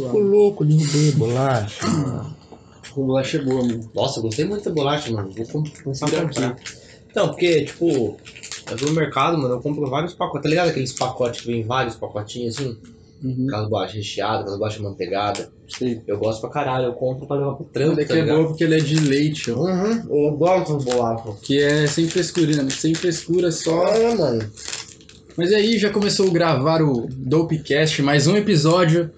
louco, derrubei a bolacha, mano. A bolacha é boa, mano. Nossa, eu gostei muito da bolacha, mano. Vou com- começar a Então, comprar. Então, porque, tipo, eu vou no mercado, mano, eu compro vários pacotes. Tá ligado aqueles pacotes que vem vários pacotinhos, assim? Uhum. Aquelas bolachas recheadas, aquelas bolachas manteigadas. Sei. Eu gosto pra caralho, eu compro pra levar pro trampo, Ele que tá é ligado? boa porque ele é de leite, ó. Uhum, eu gosto de bolacha. Que é sem frescura, né? Sem frescura só. Ah, mano. Mas aí já começou a gravar o Dopecast, mais um episódio.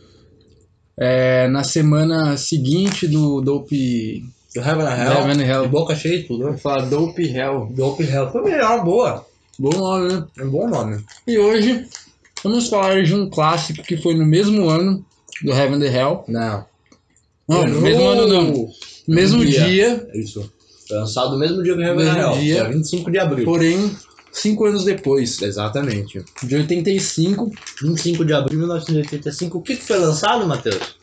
é, na semana seguinte do Dope. Do Heaven and Hell. Heaven and Hell. De boca cheia de tudo, Vou né? falar Dope Hell. Dope Hell também é uma boa. Bom nome, né? É um bom nome. E hoje vamos falar de um clássico que foi no mesmo ano do Heaven and Hell. Não. Não, Errou! no mesmo ano não. Mesmo dia. dia. Isso. Foi lançado no mesmo dia que o Heaven and Mesmo Hell. dia. Dia 25 de abril. porém, cinco anos depois, Exatamente. de 85, 25 de abril de 1985. O que, que foi lançado, Matheus?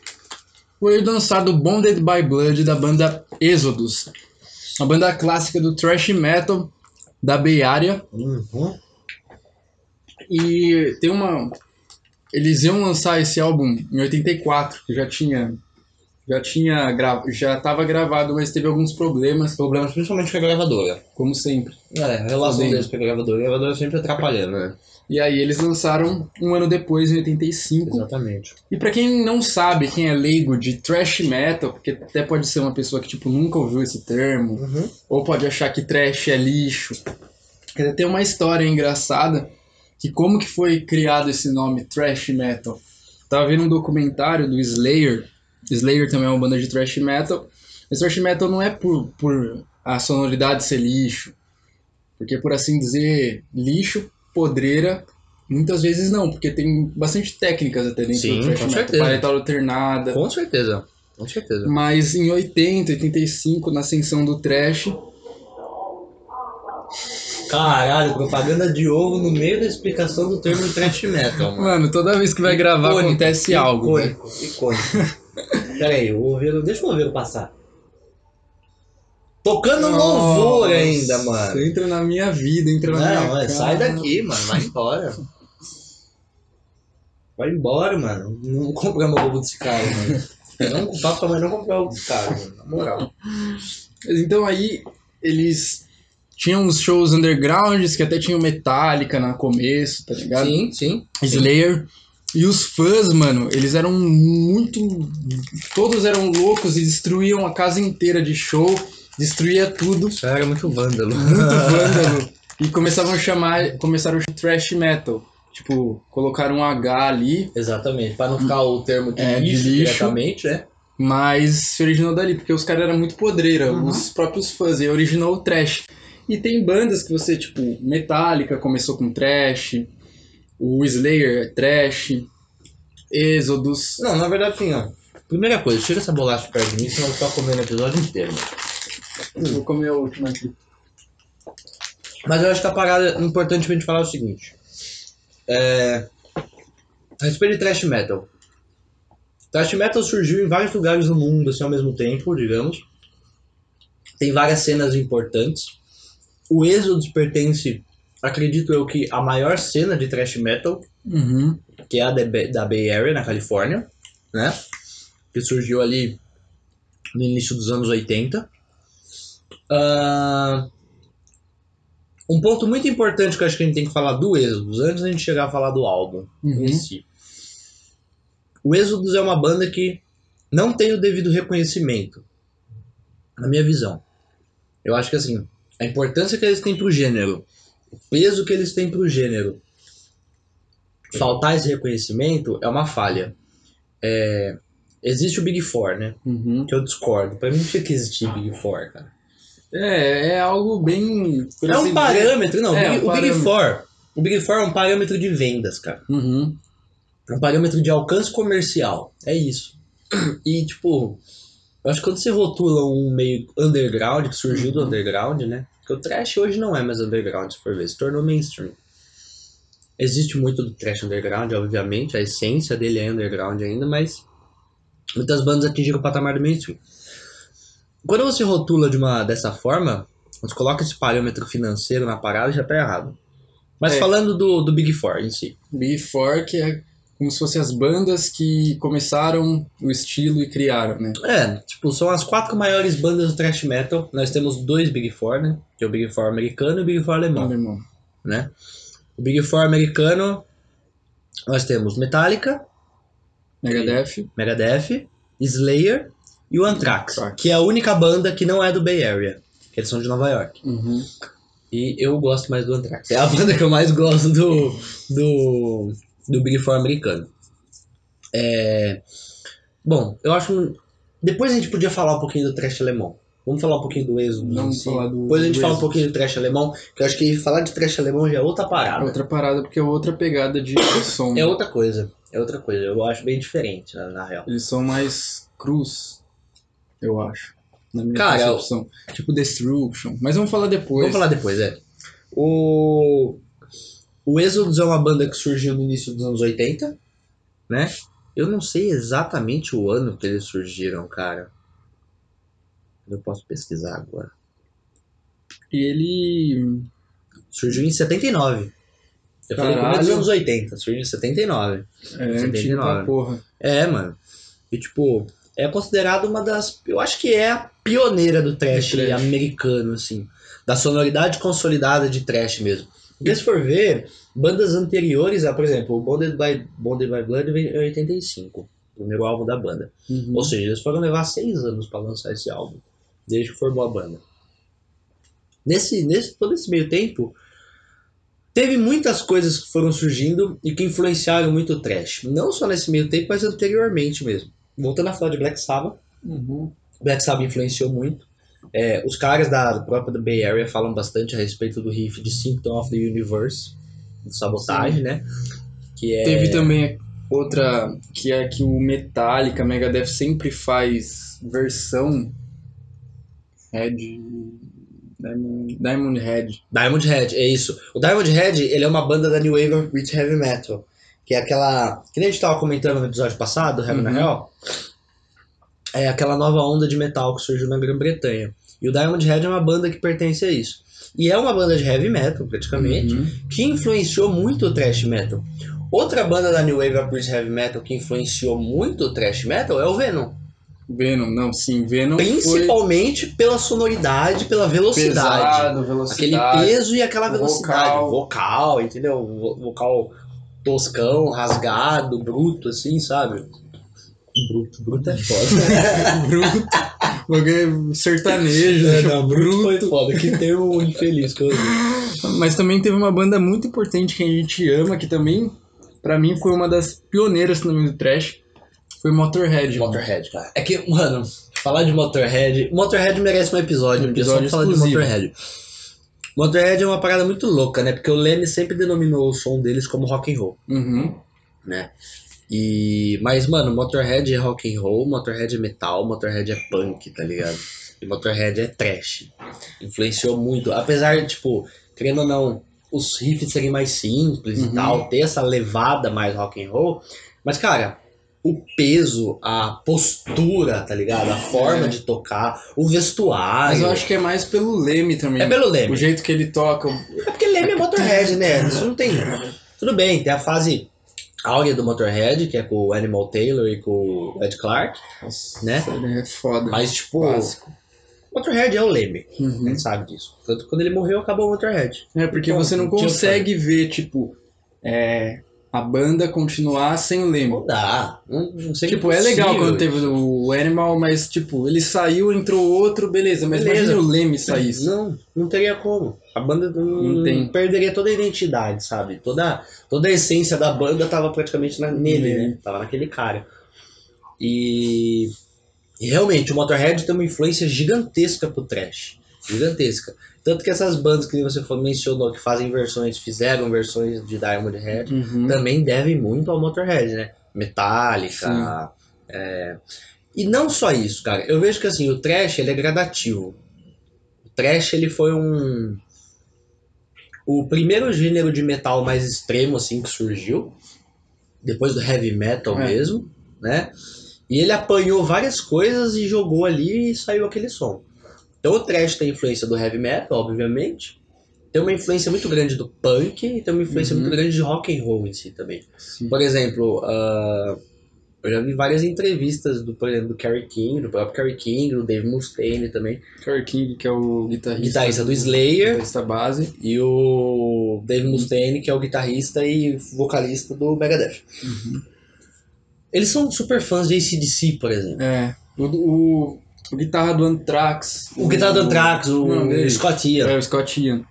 foi lançado Bonded by Blood da banda Exodus, uma banda clássica do thrash metal da Bay Area. Uhum. E tem uma. Eles iam lançar esse álbum em 84, que já tinha. Já tinha. gra- Já estava gravado, mas teve alguns problemas, Problemas principalmente com a gravadora. como sempre. É, a relação Sim. deles com a gravadora. A gravadora sempre atrapalhando, né? E aí eles lançaram um ano depois, em 85. Exatamente. E pra quem não sabe, quem é leigo de thrash metal, porque até pode ser uma pessoa que tipo nunca ouviu esse termo, Uhum. ou pode achar que thrash é lixo. Quer dizer, Tem uma história engraçada que como que foi criado esse nome thrash metal. Tava vendo um documentário do Slayer. Slayer também é uma banda de thrash metal. Mas thrash metal não é por, por a sonoridade ser lixo. Porque por assim dizer, lixo, podreira, muitas vezes não, porque tem bastante técnicas até dentro Sim, do thrash com metal, certeza. paletal alternada, Com certeza. Com certeza. mas em 80, 85, na ascensão do trash, Caralho, propaganda de ovo no meio da explicação do termo thrash metal, mano. mano, toda vez que vai gravar Icônico, acontece algo. né? Icônico, icônico. Pera aí, o ouveiro... Deixa o ouveiro passar. Tocando louvor Nossa, ainda, mano. Entra na minha vida, entra na minha Não, mano, casa. sai daqui, mano. Vai embora. Vai embora, mano. Não compra meu ovo desse cara, mano. Não culpar pra mãe não comprar ovo desse cara, mano. Na moral. Mas Então aí eles tinham uns shows undergrounds que até tinham Metallica no começo, tá ligado? Sim, sim. Slayer. E os fãs, mano, eles eram muito. Todos eram loucos e destruíam a casa inteira de show, destruía tudo. Isso era muito vândalo. muito vândalo. E começavam a chamar, começaram a chamar trash metal. Tipo, colocaram um H ali, Exatamente. Pra não ficar o termo de, É, de lixo, lixo. diretamente, né? mas se originou dali, porque os caras eram muito podreira, Uhum. os próprios fãs, e originou o trash. E tem bandas que você, tipo, Metallica começou com trash, o Slayer é trash, Exodus. Não, na verdade, assim, ó. Primeira coisa, tira essa bolacha perto de mim, senão eu vou ficar comendo o episódio inteiro. mano. Vou comer a última é aqui. Mas eu acho que a parada importante pra gente falar é o seguinte. É... A respeito de thrash metal. Thrash metal surgiu em vários lugares do mundo, assim, ao mesmo tempo, digamos. Tem várias cenas importantes. O Exodus pertence, acredito eu, que a maior cena de thrash metal, Uhum. que é a da Ba- da Bay Area, na Califórnia, né? Que surgiu ali no início dos anos 80. Ah, um ponto muito importante que eu acho que a gente tem que falar do Exodus, antes da gente chegar a falar do álbum em Uhum. si. O Exodus é uma banda que não tem o devido reconhecimento, na minha visão. Eu acho que assim, a importância que eles têm pro gênero, o peso que eles têm pro gênero, faltar esse reconhecimento é uma falha. É, existe o Big Four, né? Uhum. Que eu discordo. Pra mim não tinha que existir Big Four, cara. É, é algo bem. por É assim um dizer- parâmetro, não. É, o Big- um o Big parâmetro. Four. O Big Four é um parâmetro de vendas, cara. Uhum. um parâmetro de alcance comercial. É isso. E, tipo, eu acho que quando você rotula um meio underground, que surgiu do underground, né? Porque o trash hoje não é mais underground, se for ver, se tornou mainstream. Existe muito do trash underground, obviamente, a essência dele é underground ainda, mas muitas bandas atingiram o patamar do mainstream. Quando você rotula de uma dessa forma, você coloca esse parâmetro financeiro na parada, já tá errado. Mas É. falando do, do Big Four em si. Before, que é como se fossem as bandas que começaram o estilo e criaram, né? É, tipo, são as quatro maiores bandas do thrash metal. Nós temos dois Big Four, né? Que é o Big Four americano e o Big Four alemão, Meu irmão. né? O Big Four americano, nós temos Metallica, Megadeth. Megadeth, Slayer e o Anthrax, Anthrax. que é a única banda que não é do Bay Area, que eles são de Nova York. Uhum. E eu gosto mais do Anthrax. É a banda que eu mais gosto do, do, do Big Four americano. É... Bom, eu acho. um- Depois a gente podia falar um pouquinho do trash alemão. Vamos falar um pouquinho do êxodo. Vamos em si. falar do- Depois a gente do fala um Êxodo. pouquinho do trash alemão, que eu acho que falar de trash alemão já é outra parada. Outra parada, porque é outra pegada de som. É outra coisa. É outra coisa. Eu acho bem diferente, na, na real. Eles são mais cruz, eu acho. Na minha Cara, eu- percepção. Tipo Destruction. Mas vamos falar depois. Vamos falar depois, é. O, o Exodus é uma banda que surgiu no início dos anos 80, né? Eu não sei exatamente o ano que eles surgiram, cara. Eu posso pesquisar agora. E ele. Surgiu em 79. Eu falei Caralho. começo dos anos 80, surgiu em 79. É 79. antigo pra porra. É, mano. E tipo, é considerado uma das. Eu acho que é a pioneira do trash, Do thrash. americano, assim. Da sonoridade consolidada de trash mesmo. Porque se for ver, bandas anteriores, ah, por exemplo, o Bonded by, Bonded by Blood vem em 85, o primeiro álbum da banda. Uhum. Ou seja, eles foram levar seis anos pra lançar esse álbum, desde que formou a banda. Nesse, nesse, todo esse meio tempo, teve muitas coisas que foram surgindo e que influenciaram muito o trash. Não só nesse meio tempo, mas anteriormente mesmo. Voltando a falar de Black Sabbath, Uhum. Black Sabbath influenciou muito. É, os caras da do próprio da Bay Area falam bastante a respeito do riff de Symptom of the Universe, de sabotagem, né? Que é... Teve também outra que é que o Metallica, Megadeth sempre faz versão Red Diamond, Diamond Head. Diamond Head, é isso. O Diamond Head, ele é uma banda da New Wave with Heavy Metal. Que é aquela. Que nem a gente tava comentando no episódio passado, Heavy na Uhum. Hell. É aquela nova onda de metal que surgiu na Grã-Bretanha. E o Diamond Head é uma banda que pertence a isso. E é uma banda de heavy metal, praticamente, Uhum. que influenciou muito o thrash metal. Outra banda da New Wave with Heavy Metal que influenciou muito o thrash metal é o Venom. Venom, não, sim, Venom foi Principalmente pela sonoridade, pela velocidade pesado, aquele velocidade. peso e aquela o velocidade. Vocal, vocal. entendeu? Vo- Vocal toscão, rasgado, bruto, assim, sabe? Bruto, bruto é foda. bruto. Bagulho sertanejo, né? É, não, bruto foi foda. Que termo infeliz que eu usei. Mas também teve uma banda muito importante que a gente ama, que também, pra mim, foi uma das pioneiras no mundo do trash. Foi Motorhead. mano. Motorhead, cara. É que, mano, falar de Motorhead... Motorhead merece um episódio, Um porque só episódio falar de exclusivo. Motorhead. Motorhead é uma parada muito louca, né? Porque o Leme sempre denominou o som deles como rock and roll. Uhum. né? E mas mano, Motorhead é rock and roll, Motorhead é metal, Motorhead é punk, tá ligado? E Motorhead é trash. Influenciou muito, apesar de tipo, querendo ou não, os riffs serem mais simples e Uhum. tal, ter essa levada mais rock and roll, mas cara, o peso, a postura, tá ligado? A forma É. de tocar, o vestuário. Mas eu acho que é mais pelo Leme também. Ah, né? é pelo O Leme. jeito que ele toca. o- É porque Leme é Motorhead, né? Isso não tem. Tudo bem, tem a fase áurea do Motorhead, que é com o Animal Taylor e com o Ed Clark, Nossa, né? ele é foda. Mas, tipo, Clássico. Motorhead é o Leme, a Uhum. gente sabe disso. Tanto que quando ele morreu, acabou o Motorhead. É, porque Então, você não tinha consegue ver, tipo, é, a banda continuar sem o Leme. Não dá. Não, não sei Tipo, é legal quando teve o Animal, mas, tipo, ele saiu, entrou outro, beleza. Uhum. Mas Beleza. imagina o Leme sair. Não, não teria como. A banda não, é Não tem. perderia toda a identidade, sabe? Toda, toda a essência da banda tava praticamente na- nele, Nele. né? Tava naquele cara. E, e realmente, o Motorhead tem uma influência gigantesca pro trash. Gigantesca. Tanto que essas bandas que você falou- mencionou que fazem versões, fizeram versões de Diamond Head, Uhum. também devem muito ao Motorhead, né? Metallica. é. E não só isso, cara. Eu vejo que assim, o trash ele é gradativo. O trash ele foi um. O primeiro gênero de metal mais extremo assim que surgiu, depois do heavy metal É. mesmo, né? E ele apanhou várias coisas e jogou ali e saiu aquele som. Então o trash tem influência do heavy metal, obviamente. tem uma influência muito grande do punk e tem uma influência Uhum. muito grande de rock and roll em si também. Sim. Por exemplo, ah, eu já vi várias entrevistas do, por exemplo, do Kerry King, do próprio Kerry King, do Dave Mustaine também, Kerr King, que é o guitarrista, guitarrista do Slayer, guitarrista base. e o Uhum. Dave Mustaine, que é o guitarrista e vocalista do Megadeth. Uhum. Eles são super fãs de ACDC, por exemplo. É. O, o, o guitarra do Anthrax. O guitarra do Anthrax, o Não, dele. Scott Ian, É, o Scott Ian.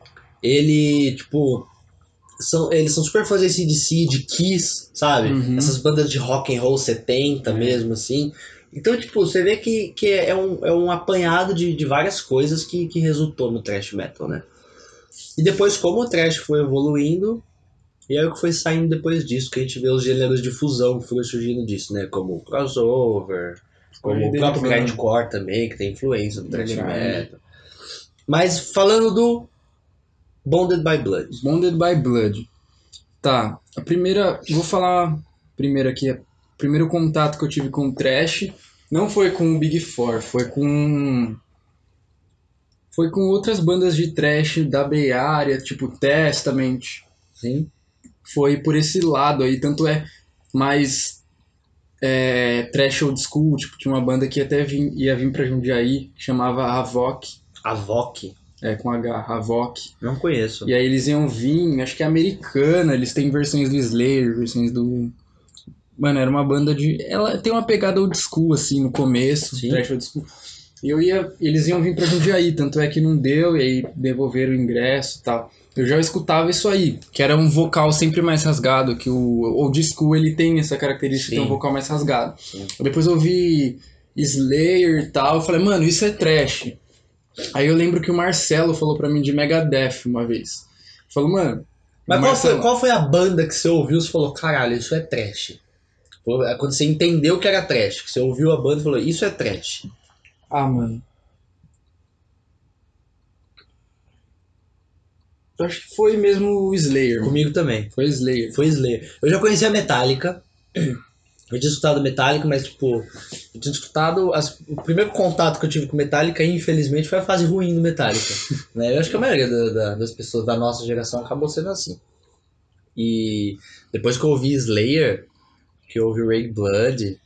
ele, tipo, são, eles são super fãs de ACDC, de Kiss, sabe? Uhum. Essas bandas de rock and roll 70 mesmo, assim. Então, tipo, você vê que, que é, um, é um apanhado de, de várias coisas que, que resultou no thrash metal, né? E depois, como o thrash foi evoluindo, e aí o que foi saindo depois disso, que a gente vê os gêneros de fusão que foram surgindo disso, né? Como o crossover, como o Ele próprio falando. grindcore também, que tem influência do thrash Grindcore. metal. Mas falando do Bonded by Blood. Bonded by Blood. Tá, a primeira. Vou falar primeiro aqui. O primeiro contato que eu tive com o Trash não foi com o Big Four, foi com. Foi com outras bandas de trash da Bay Area, tipo Testament. Sim. Foi por esse lado aí, tanto é mais é, trash old school, tipo, tinha uma banda que até vim- ia vir pra Jundiaí, que chamava Havok, A Vok. é, com H, Havok. Não conheço. E aí eles iam vir, acho que é americana, eles têm versões do Slayer, versões do. Mano, era uma banda de. Ela tem uma pegada old school, assim, no começo, Sim. thrash old school. E eu ia. Eles iam vir pra Jundiaí, tanto é que não deu, e aí devolveram o ingresso e tal. Eu já escutava isso aí, que era um vocal sempre mais rasgado, que o old school ele tem essa característica de ter um Sim. vocal mais rasgado. Sim. Depois eu ouvi Slayer e tal, eu falei, mano, isso é trash. Aí eu lembro que o Marcelo falou pra mim de Megadeth uma vez. Falou, mano. Mas o qual Marcelo- foi, qual foi a banda que você ouviu e você falou, caralho, isso é trash? Foi é, Quando você entendeu que era trash, que você ouviu a banda e falou, isso é trash. Ah, mano. Eu acho que foi mesmo o Slayer. mano. Comigo também. Foi Slayer. Foi Slayer. Eu já conhecia Metallica. Eu tinha escutado Metallica, mas tipo, eu tinha escutado. as- o primeiro contato que eu tive com Metallica, infelizmente, foi a fase ruim do Metallica. né? Eu acho que a maioria da- da- das pessoas da nossa geração acabou sendo assim. E depois que eu ouvi Slayer, que eu ouvi Ray Blood,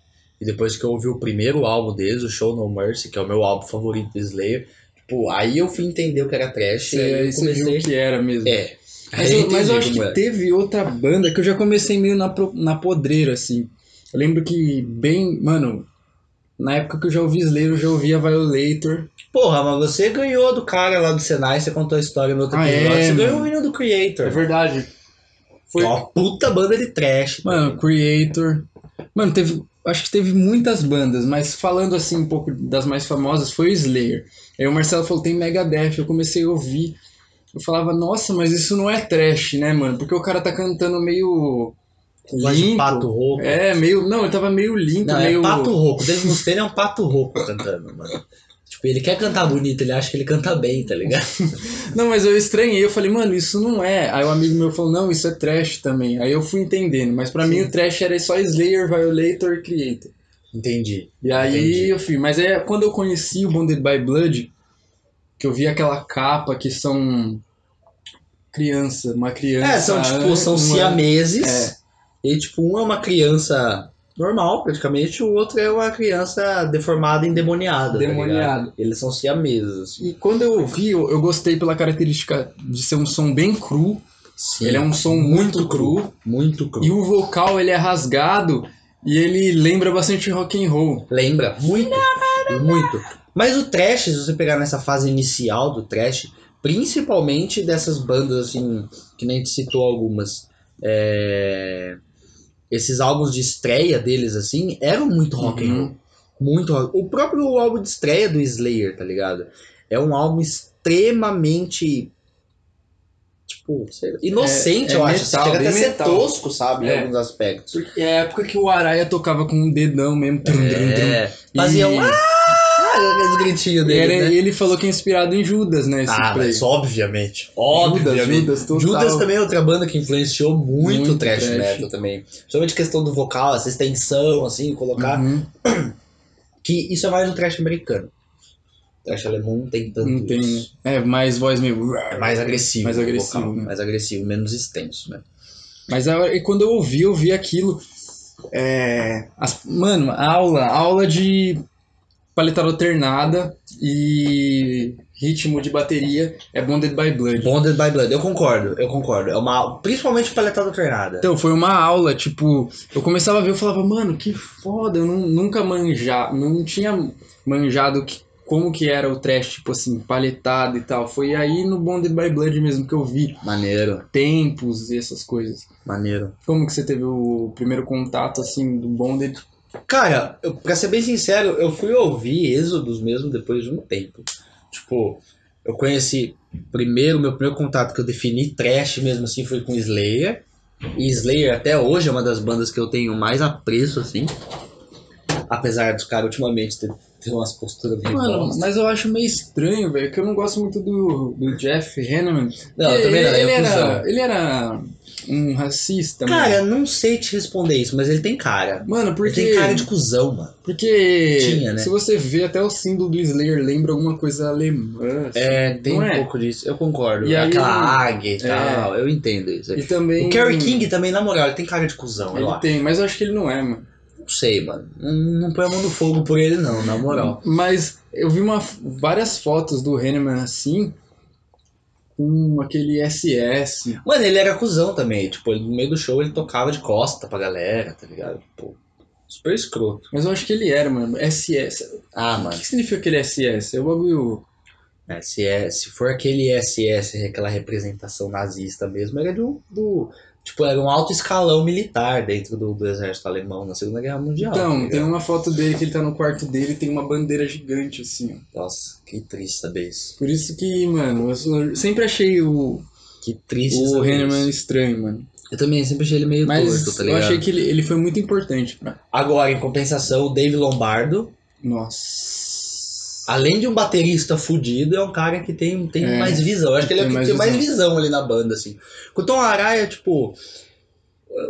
e depois que eu ouvi o primeiro álbum deles, o Show No Mercy, que é o meu álbum favorito do Slayer, tipo, aí eu fui entender o que era trash e aí Você, eu você viu comecei. o que era mesmo. É. Mas, Aí eu, mas eu entendi acho que como é. teve outra banda que eu já comecei meio na, pro- na podreira, assim. Eu lembro que bem. Mano, na época que eu já ouvi Slayer, eu já ouvia Violator. Porra, mas você ganhou do cara lá do Senai, você contou a história no outro Ah, episódio, é, você mano. ganhou o hino do É Creator. verdade. Foi, Uma puta banda de trash. Mano, Creator. Mano, teve. Acho que teve muitas bandas, mas falando assim um pouco das mais famosas, foi o Slayer. Aí o Marcelo falou: tem Megadeth. Eu comecei a ouvir. Eu falava, nossa, mas isso não é trash, né, mano? Porque o cara tá cantando meio. Voz de Limpo. pato rouco. É, meio. Não, ele tava meio limpo, Não, meio. é pato rouco. O Dave Mustaine é um pato rouco cantando, mano. Tipo, ele quer cantar bonito, ele acha que ele canta bem, tá ligado? Não, mas eu estranhei, eu falei, mano, isso não é. Aí o amigo meu falou, não, isso é trash também. Aí eu fui entendendo, mas pra mim Sim. o trash era só Slayer, Violator, Creator. Entendi. E aí Entendi. eu fui, mas é quando eu conheci o Bonded by Blood, que eu vi aquela capa que são criança, uma criança. É, são tipo, são uma- siameses. É. E tipo, um é uma criança normal, praticamente, o outro é uma criança deformada, endemoniada. tá ligado? Demoniada. Eles são siameses. assim. E quando eu ouvi, eu, eu gostei pela característica de ser um som bem cru. Sim. Ele é um som muito, cru, Muito cru. E o vocal ele é rasgado e ele lembra bastante rock and roll. Lembra? Muito. Muito. Mas o trash, se você pegar nessa fase inicial do trash, principalmente dessas bandas assim, que nem te citou algumas, é, esses álbuns de estreia deles assim, eram muito rock and Uhum. roll. Muito rock. O próprio álbum de estreia do Slayer, tá ligado? É um álbum extremamente tipo, sei lá, inocente, é eu acho. metal, Chega até a bem ser metal. tosco, sabe, É. em alguns aspectos. Porque é a época que o Araya tocava com o dedão mesmo. Trum, trum, trum. É, fazia um E- ah, aqueles gritinhos E dele, era- né? ele falou que é inspirado em Judas, né? Esse Ah, play. mas obviamente. Judas, Obviamente. Judas, né? total. Judas, também é outra banda que influenciou muito, Muito o thrash, thrash. metal também. Principalmente questão do vocal, essa extensão, assim, colocar. Uhum. Que isso é mais um thrash americano. Trash alemão não tem tanto Não tem, né? isso. É, mais voz meio. É mais agressivo. Mais o agressivo, vocal, né? Mais agressivo, menos extenso, né? Mas a hora- e quando eu ouvi, eu vi aquilo. É, as- mano, aula, aula de paletada alternada e ritmo de bateria é Bonded by Blood. Bonded by Blood, eu concordo, eu concordo. É uma, principalmente paletada treinada. Então, foi uma aula, tipo, eu começava a ver, eu falava, mano, que foda, eu nu- nunca manjar, não tinha manjado que- como que era o trash, tipo assim, paletado e tal. Foi aí no Bonded by Blood mesmo que eu vi Maneiro, tempos e essas coisas. maneiro. Como que você teve o primeiro contato, assim, do Bonded? Cara, eu, pra ser bem sincero, eu fui ouvir Êxodos mesmo depois de um tempo. Tipo, eu conheci primeiro, meu primeiro contato que eu defini trash mesmo assim foi com Slayer. E Slayer até hoje é uma das bandas que eu tenho mais apreço, assim. Apesar dos caras ultimamente ter, ter umas posturas meio Mano, bosta. mas eu acho meio estranho, velho, que eu não gosto muito do, do Jeff Hanneman. Não, eu também não, ele, ele é um cuzão. era, ele era um racista, Cara, não sei te responder isso, mas ele tem cara. mano. Mano, Ele porque. tem cara de cuzão, mano. Porque Tinha, né? se você vê até o símbolo do Slayer lembra alguma coisa alemã. assim. É, tem Não um é? pouco disso. Eu concordo. E aí- Aquela águia e É. tal. Eu entendo isso. E também. O Kerry King também, na moral, ele tem cara de cuzão, eu Ele acho. tem, mas eu acho que ele não é, mano. Não sei, mano. Não, não põe a mão no fogo por ele, não, na moral. Mas eu vi uma, várias fotos do Hanneman assim, com aquele SS. Mano, ele era cuzão também. Tipo, ele- no meio do show ele tocava de costa pra galera, tá ligado? Tipo, super escroto. Mas eu acho que ele era, mano. SS. Ah, O mano. que significa aquele SS? É o bagulho. né, se, é, se for aquele SS, aquela representação nazista mesmo, era do. do tipo, era um alto escalão militar dentro do, do exército alemão na Segunda Guerra Mundial. tá Então, ligado? tem uma foto dele que ele tá no quarto dele e tem uma bandeira gigante, assim. ó. Nossa, que triste saber isso. Por isso que, mano, eu sou- sempre achei o, Que triste o saber isso. Hanneman estranho, mano. Eu também sempre achei ele meio Mas torto, tá eu ligado? achei que ele, ele foi muito importante pra. Agora, em compensação, o Dave Lombardo, Nossa. além de um baterista fudido, é um cara que tem, tem É, mais visão. Eu acho que ele é o tem que mais tem mais visão. visão ali na banda, assim. Com o Tom Araya, tipo.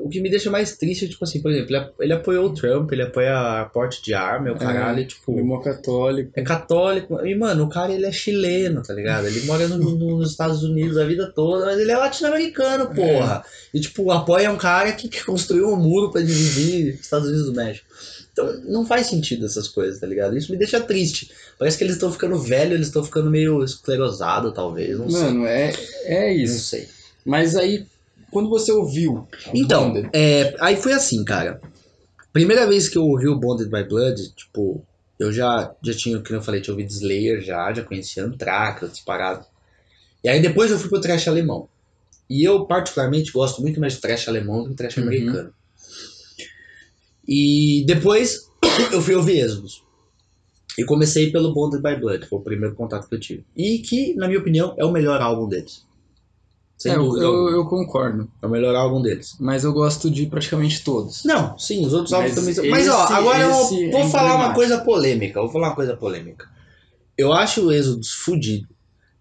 O que me deixa mais triste é, tipo assim, por exemplo, ele ap- ele apoiou o Trump, ele apoia a porte de arma, é o caralho, tipo. Irmão católico. É católico. E, mano, o cara ele é chileno, tá ligado? Ele mora no- no- nos Estados Unidos a vida toda, mas ele é latino-americano, porra. E, tipo, apoia um cara que, que construiu um muro pra dividir Estados Unidos do México. Então, não faz sentido essas coisas, tá ligado? Isso me deixa triste. Parece que eles estão ficando velhos, eles estão ficando meio esclerosados, talvez. Não sei. Mano, é, é Não isso. sei. Mas aí, quando você ouviu. a Então, banda, é, aí foi assim, cara. Primeira vez que eu ouvi o Bonded by Blood, tipo, eu já, já tinha, como eu falei, tinha ouvido Slayer já, já conhecia Anthrax, disparado. E aí depois eu fui pro trash alemão. E eu, particularmente, gosto muito mais de trash alemão do que trash Uhum. americano. E depois eu fui ouvir Exodus. E comecei pelo Bonded by Blood, foi o primeiro contato que eu tive. E que, na minha opinião, é o melhor álbum deles. Sem é, eu, dúvida eu, alguma. eu concordo. É o melhor álbum deles. Mas eu gosto de praticamente todos. Não, sim, os outros álbuns Mas também são. Mas ó, esse- agora eu esse é vou falar uma emblemático. coisa polêmica. Vou falar uma coisa polêmica. Eu acho o Êxodos fudido.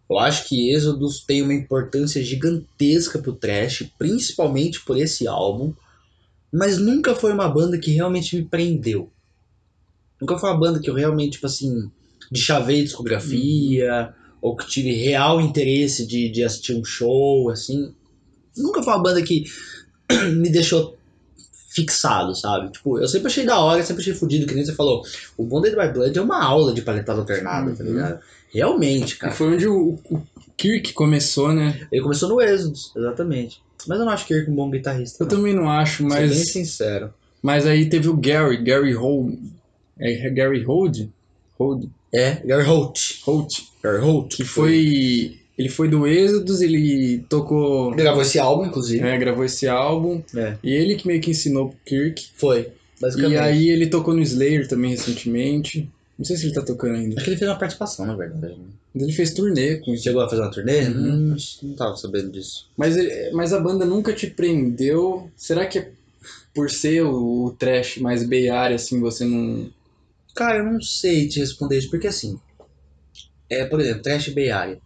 Eu acho que Êxodos tem uma importância gigantesca pro trash, principalmente por esse álbum. Mas nunca foi uma banda que realmente me prendeu. Nunca foi uma banda que eu realmente, tipo assim, de chavei discografia, Uhum. ou que tive real interesse de, de assistir um show, assim. Nunca foi uma banda que me deixou fixado, sabe? Tipo, eu sempre achei da hora, sempre achei fudido, que nem você falou. O Bonded by Blood é uma aula de paletada alternada, tá Uhum. ligado? Realmente, cara. Foi onde o, o Kirk começou, né? Ele começou no Exodus, exatamente. Mas eu não acho que ele é um bom guitarrista. Eu não. também não acho, Pra Ser bem mas. sincero. Mas aí teve o Gary, Gary Hold. É Gary Hold? Hold? É, Gary Holt. Holt. Gary Holt. Que foi. Ele foi do Êxodos, ele tocou. Gravou esse álbum, inclusive. né, gravou esse álbum. É. E ele que meio que ensinou pro Kirk. Foi, E basicamente. aí ele tocou no Slayer também recentemente. Não sei se ele tá tocando ainda. Acho que ele fez uma participação, na verdade. né? Mas Ele fez turnê com isso. Chegou a fazer uma turnê? Uhum. Hum, não tava sabendo disso. Mas, ele- mas a banda nunca te prendeu. Será que é por ser o, o trash mais Bay Area, assim, você não. Cara, eu não sei te responder isso, porque assim. É, por exemplo, Trash Bay Area.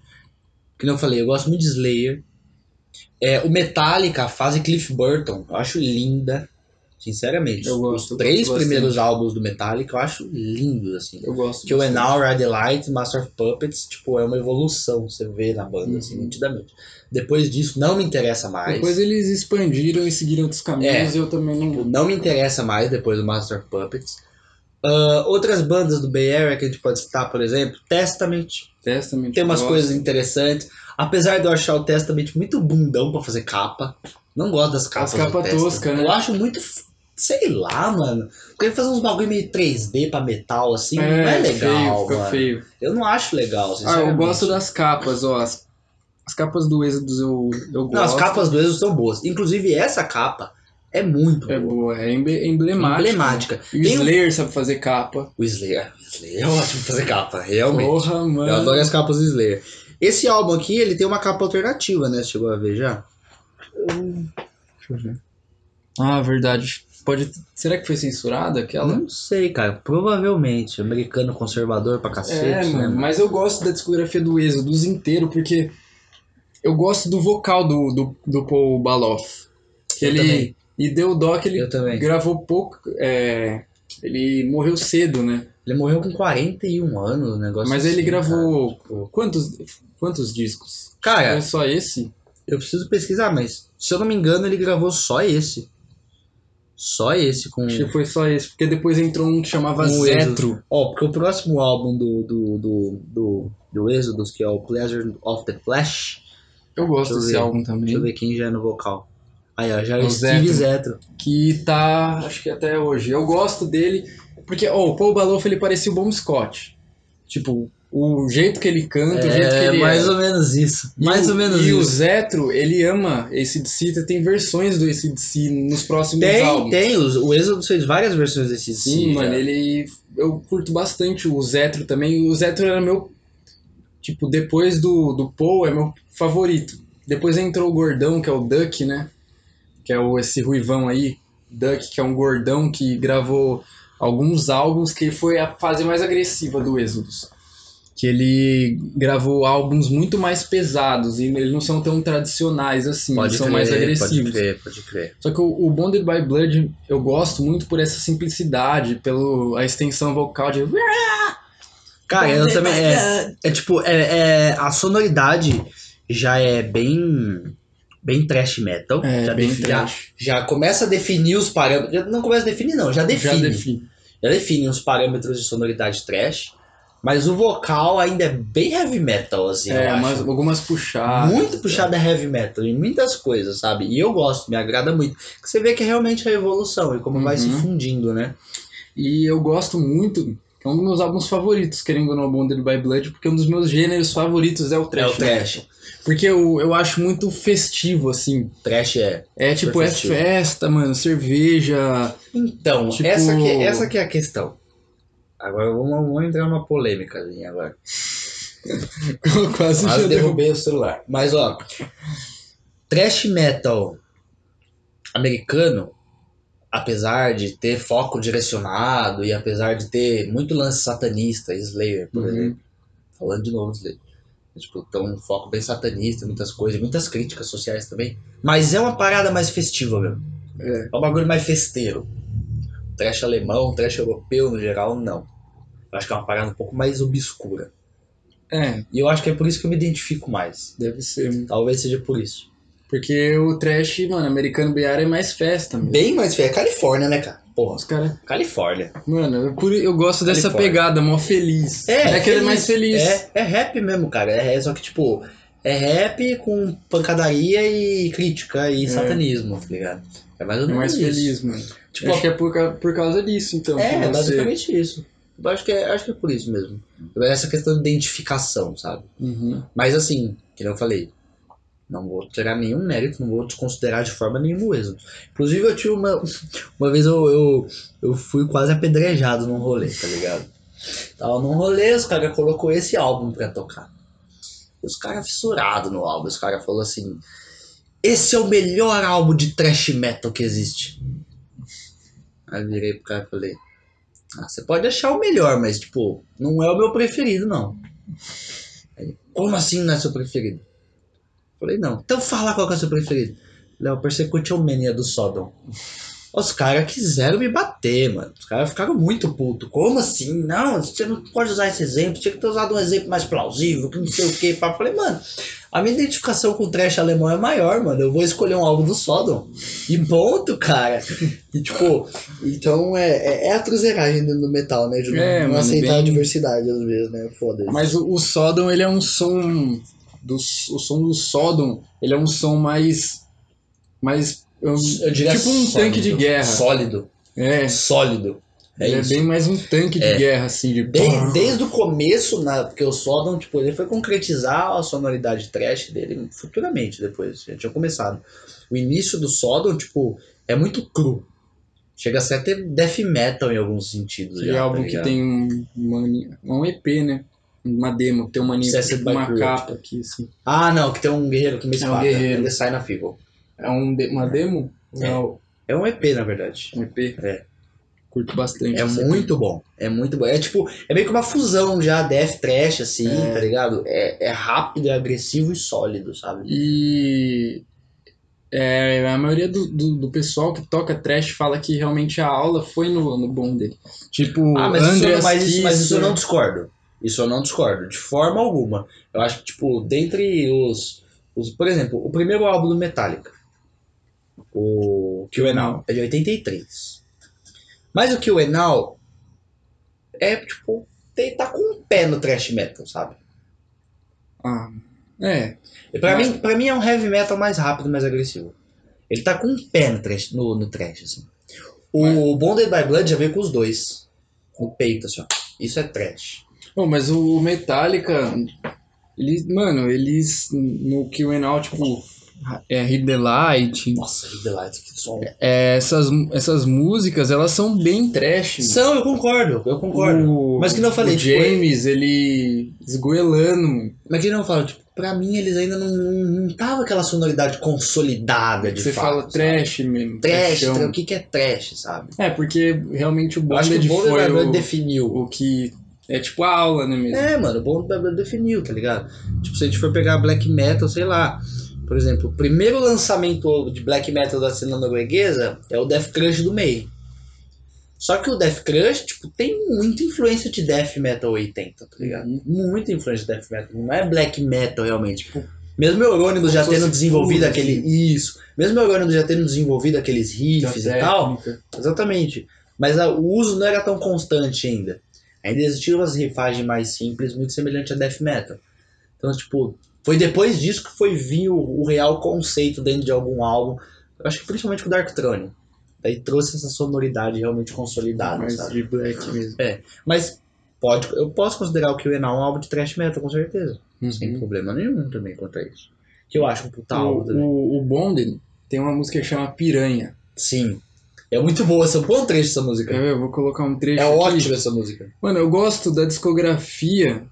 Que nem eu falei, eu gosto muito de Slayer. É, o Metallica, a fase Cliff Burton, eu acho linda. Sinceramente. Eu gosto, Os três gosto primeiros álbuns do Metallica eu acho lindos, assim. Eu gosto. Que o Enal, Ride the Light, Master of Puppets, tipo, é uma evolução que você vê na banda, assim, Uhum. nitidamente. Depois disso, não me interessa mais. Depois eles expandiram e seguiram outros caminhos e eu também Tipo, não. não me interessa mais depois do Master of Puppets. Ah, outras bandas do Bay Area que a gente pode citar, por exemplo, Testament. Testament. Tem umas gosto. coisas interessantes. Apesar de eu achar o Testament muito bundão pra fazer capa. Não gosto das capas. As capa do Testament. tosca, né? Eu acho muito. f- Sei lá, mano. Porque fazer uns bagulho meio 3D pra metal, assim, não é legal, Feio, fica mano. é feio. Eu não acho legal, Ah, sinceramente. eu gosto das capas, ó. As, as capas do Exodus eu, eu gosto. Não, as capas do Exo são boas. Inclusive, essa capa é muito É boa. boa, é emble- emblemática. Emblemática. E o Tem um- Slayer sabe fazer capa. O Slayer. O Slayer é ótimo pra fazer capa, realmente. Porra, Eu mano. adoro as capas do Slayer. Esse álbum aqui, ele tem uma capa alternativa, né? Você chegou a ver já? Deixa eu ver. Ah, verdade. Pode. Será que foi censurada aquela? Não sei, cara. Provavelmente. Americano conservador pra cacete, É, né? mano, mas eu gosto da discografia do Exodus inteiro, porque eu gosto do vocal do, do, do Paul Baloff. Que Eu ele. também. E deu dó que ele Eu também. gravou pouco. é, ele morreu cedo, né? Ele morreu com 41 anos, o negócio Mas ele assim, gravou. cara. Tipo, Quantos, quantos discos? Cara, É só esse? eu preciso pesquisar, mas se eu não me engano, ele gravou só esse. Só esse com... Acho que foi só esse, porque depois entrou um que chamava Com o Zetro. Ó, porque o próximo álbum do, do, do, do, do Exodus, que é o Pleasure of the Flash, Eu gosto Deixa eu desse ver. álbum deixa eu também. ver quem já é no vocal. Aí, ó, já É é o o Steve Zetro. Que tá, acho que até hoje. Eu gosto dele, porque ó, o Paul Baloff ele parecia o Bon Scott. Tipo, o jeito que ele canta, o jeito que É, ele mais é. ou menos isso. E mais o- ou menos E o isso. Zetro, ele ama esse DC, tem versões do esse DC nos próximos Tem, álbuns. tem. os- O Exodus fez várias versões desse Sim, sim, é. mano, já. ele. Eu curto bastante o Zetro também. O Zetro era meu. Tipo, depois do, do Paul, é meu favorito. Depois entrou o gordão, que é o Duck, né? Que é o, esse ruivão aí. Duck, que é um gordão que gravou alguns álbuns que foi a fase mais agressiva do Exodus. Que ele gravou álbuns muito mais pesados e eles não são tão tradicionais assim, Pode eles são crer, mais agressivos. Pode crer, pode crer. Só que o, o Bonded by Blood eu gosto muito por essa simplicidade, pela extensão vocal de. Cara, eu também. É, é tipo, é, é- a sonoridade já é bem. Bem trash metal. É, já, bem defi- trash. já, já começa a definir os parâmetros. já Não começa a definir, não, já define. Já define. já define uns parâmetros de sonoridade trash. Mas o vocal ainda é bem heavy metal, assim. eu É, acho. mas algumas puxadas. muito puxada heavy metal em muitas coisas, sabe? E eu gosto, me agrada muito. Que Você vê que é realmente a evolução e como vai se Uhum. fundindo, né? E eu gosto muito. É um dos meus álbuns favoritos, querendo ou não, Bonded by Blood, porque um dos meus gêneros favoritos é o é trash. o trash. Porque eu, eu acho muito festivo, assim. Trash é. É tipo, é festivo. festa, mano, cerveja. Então, Tipo- essa, que, essa que é a questão. Agora vamos, vamos entrar numa polêmica ali agora. Quase Quase já derrubei. derrubei o celular. Mas ó, trash metal americano, apesar de ter foco direcionado e apesar de ter muito lance satanista, Slayer, por exemplo. Uhum. falando de novo, Slay. Tipo, tem um foco bem satanista, muitas coisas, muitas críticas sociais também. Mas é uma parada mais festiva mesmo. É. É um bagulho mais festeiro. Trash alemão, trash europeu no geral, não. Eu acho que é uma parada um pouco mais obscura. É, E eu acho que é por isso que eu me identifico mais. deve ser. Talvez seja por isso. Porque o trash, mano, americano BR é mais festa, mesmo. Bem mais feio. É Califórnia, né, cara? Porra, Os caras. Califórnia. Mano, eu, por- eu gosto dessa Califórnia. pegada, mó feliz. É, que ele é mais feliz. É, é rap mesmo, cara. É, é só que, tipo, é rap com pancadaria e crítica e É. satanismo, tá ligado? É mais ou É menos mais isso. feliz, mano. Tipo, acho que é por, ca- por causa disso, então. é, que é você- basicamente isso. Eu acho que é, acho que é por isso mesmo. Essa questão de identificação, sabe? Uhum. Mas assim, que nem eu falei, não vou tirar nenhum mérito, não vou desconsiderar de forma nenhuma o êxodo. Inclusive, eu tive uma. Uma vez eu, eu, eu fui quase apedrejado num rolê, tá ligado? Tava num rolê, os caras colocou esse álbum pra tocar. Os caras fissurados no álbum, os caras falaram assim: Esse é o melhor álbum de thrash metal que existe. Aí eu virei pro cara e falei: ah, Você pode achar o melhor, mas tipo, não é o meu preferido, não. Aí, Como assim não é seu preferido? Falei: Não, então fala qual que é o seu preferido. Léo, Persecution Mania do Sodom. Os caras quiseram me bater, mano. Os caras ficaram muito puto. Como assim? Não, você não pode usar esse exemplo. Tinha que ter usado um exemplo mais plausível, que não sei o que. Pá. Falei, mano, a minha identificação com o trash alemão é maior, mano. Eu vou escolher um álbum do Sodom. E ponto, cara. E tipo, então é, é, é a truzeragem dentro do metal, né? De não, É, não mano, aceitar a bem- diversidade às vezes, né? Foda-se. Mas o, o Sodom, ele é um som. Do, o som do Sodom, ele é um som mais. Mais. é um- tipo um tanque de guerra. Sólido. É, Sólido. É ele isso. é bem mais um tanque de É. guerra, assim, de. De- desde o começo, na, porque o Sodom, tipo, ele foi concretizar a sonoridade trash dele futuramente, depois, já tinha começado. O início do Sodom, tipo, é muito cru. Chega a ser até death metal em alguns sentidos. Aquele já, tá álbum que ligado? tem um, uma- um EP, né? Uma demo, que tem uma, Obsessed by uma Cruelty. capa aqui, assim. Ah, não, que tem um guerreiro que me um espada. guerreiro. Ele sai na Fivel. É um de- uma demo? É. Não, É um EP, na verdade. um EP. É. Curto bastante. assim. É esse EP. muito bom. É muito bom. É tipo, é meio que uma fusão já, death trash, assim, É. tá ligado? É, é rápido, é agressivo e sólido, sabe? E é, a maioria do, do, do pessoal que toca trash fala que realmente a aula foi no, no bom dele. Tipo, Ah, mas, isso, eu não- Andreas mas, isso, mas isso eu Kisser, não discordo. Isso eu não discordo, de forma alguma. Eu acho que, tipo, dentre os. os por exemplo, o primeiro álbum do Metallica, o Kill Now, é de 83. Mas o Kill Now é, tipo, tem, tá com um pé no thrash metal, sabe? Ah, é, E Pra, Mas- mim, pra mim é um heavy metal mais rápido, mais agressivo. Ele tá com um pé no trash, no, no trash assim. O Bonded by Blood já veio com os dois. No peito, assim, ó. Isso é trash. Bom, mas o Metallica, eles, mano, eles no Kill Out, tipo, é Hit the Light, Nossa, Hit the Lights, que som. é, essas, essas músicas, elas são bem trash. né? São, eu concordo, eu concordo. O- Mas que nem eu falei, o tipo, James, ele esgoelando. Mas que não falo, tipo, pra mim eles ainda não, não, não tava aquela sonoridade consolidada de Você fato, fala sabe? trash mesmo. Trash, trashão. tra- o que que é trash, sabe? É, porque realmente o Eu acho que Bonded o é Bond foi o, definiu. o que é tipo a aula, né mesmo? É, mano, o Bond definiu, tá ligado? Tipo, se a gente for pegar black metal, sei lá. Por exemplo, o primeiro lançamento de black metal da cena norueguesa é o Death Crush do May. Só que o Death Crush, tipo, tem muita influência de Death Metal 80, tá ligado? Uhum. Muita influência de Death Metal. Não é Black Metal, realmente. Tipo, mesmo Eurônimos já Como se tendo fosse desenvolvido puro, aquele... Isso. Mesmo Eurônimos já tendo desenvolvido aqueles riffs e tal, Exatamente. Mas a- o uso não era tão constante ainda. Ainda existiam umas rifagens mais simples, muito semelhante a death metal. Então, tipo, foi depois disso que foi vir o, o real conceito dentro de algum álbum. Eu acho que principalmente com o Dark Throne. Daí trouxe essa sonoridade realmente consolidada, Mas sabe? É, de black mesmo. Mas pode, eu posso considerar o QA um álbum de thrash metal, com certeza. Sem Uhum. problema nenhum também quanto a isso. Que eu acho um puta álbum O, também. tá o, o Bonded tem uma música que chama Piranha. Sim. É muito boa, essa, bom trecho essa Quer música. ver? Eu vou colocar um trecho É aqui. ótima essa música. Mano, eu gosto da discografia.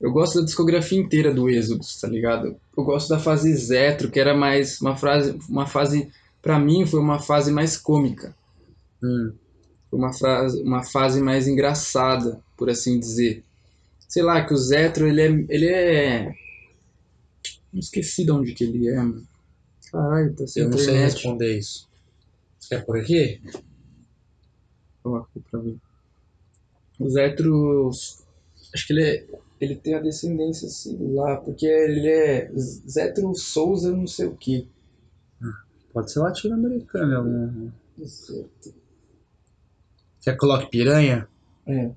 Eu gosto da discografia inteira do Êxodo, tá ligado? Eu gosto da fase Zetro, que era mais uma frase, uma fase Pra mim foi uma fase mais cômica, Hum. foi uma frase, uma fase mais engraçada, por assim dizer. Sei lá, que o Zetro, ele é ele é Não esqueci de onde que ele é, mano. Caralho, tá sem Eu não sei internet. responder isso. É por aqui? Ó, aqui pra mim. O Zetro. Acho que ele é- Ele tem a descendência, sei lá, porque ele é Zetro Souza não sei o que. Pode ser é latino-americano. algum- um- Quer que coloque piranha? É.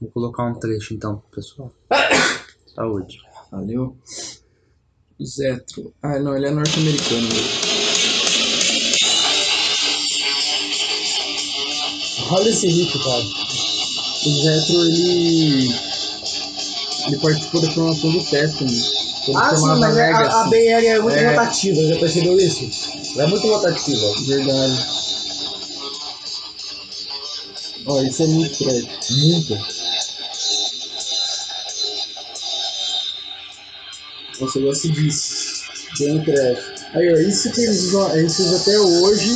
Vou colocar um trecho então pro pessoal. Saúde. Valeu. O Zetro. Ah, não, ele é norte-americano. né? Olha esse rico, cara. O Zetro, ele. Ele participou da formação do Testament. Ele Ah, sim, chamava mas é- Legacy. a, a Bay Area é muito É. rotativa, já percebeu isso? Ela é muito rotativa. Verdade. Ó, isso é muito trash. Muito. Nossa, eu gosto disso. Bem trash. Aí, ó, isso que eles usam, eles usam até hoje.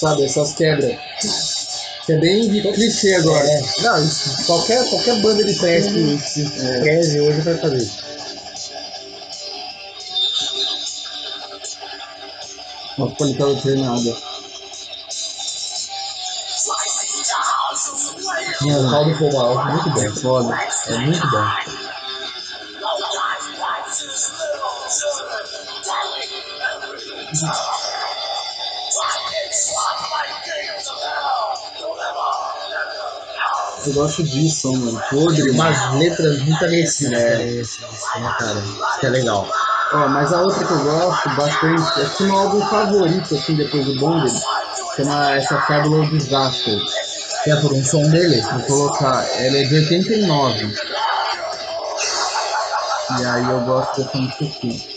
Sabe, essas quebras. Que é bem de clichê agora. Uhum. É. Não, isso, qualquer, qualquer banda de trash que se É. preze hoje vai fazer isso. Uma política alternada. O vocal do Paul Malone é muito bom. Foda. É muito bom. Eu gosto disso, mano. Podre, umas letras muito agressivas. É, né? cara. Isso que é legal. Ó, mas a outra que eu gosto é bastante, acho que meu álbum favorito, assim, depois do Bonded, chama essa Fabulous Disaster. Que é por um som dele. Vou colocar, ela é de 89. E aí eu gosto dessa música aqui.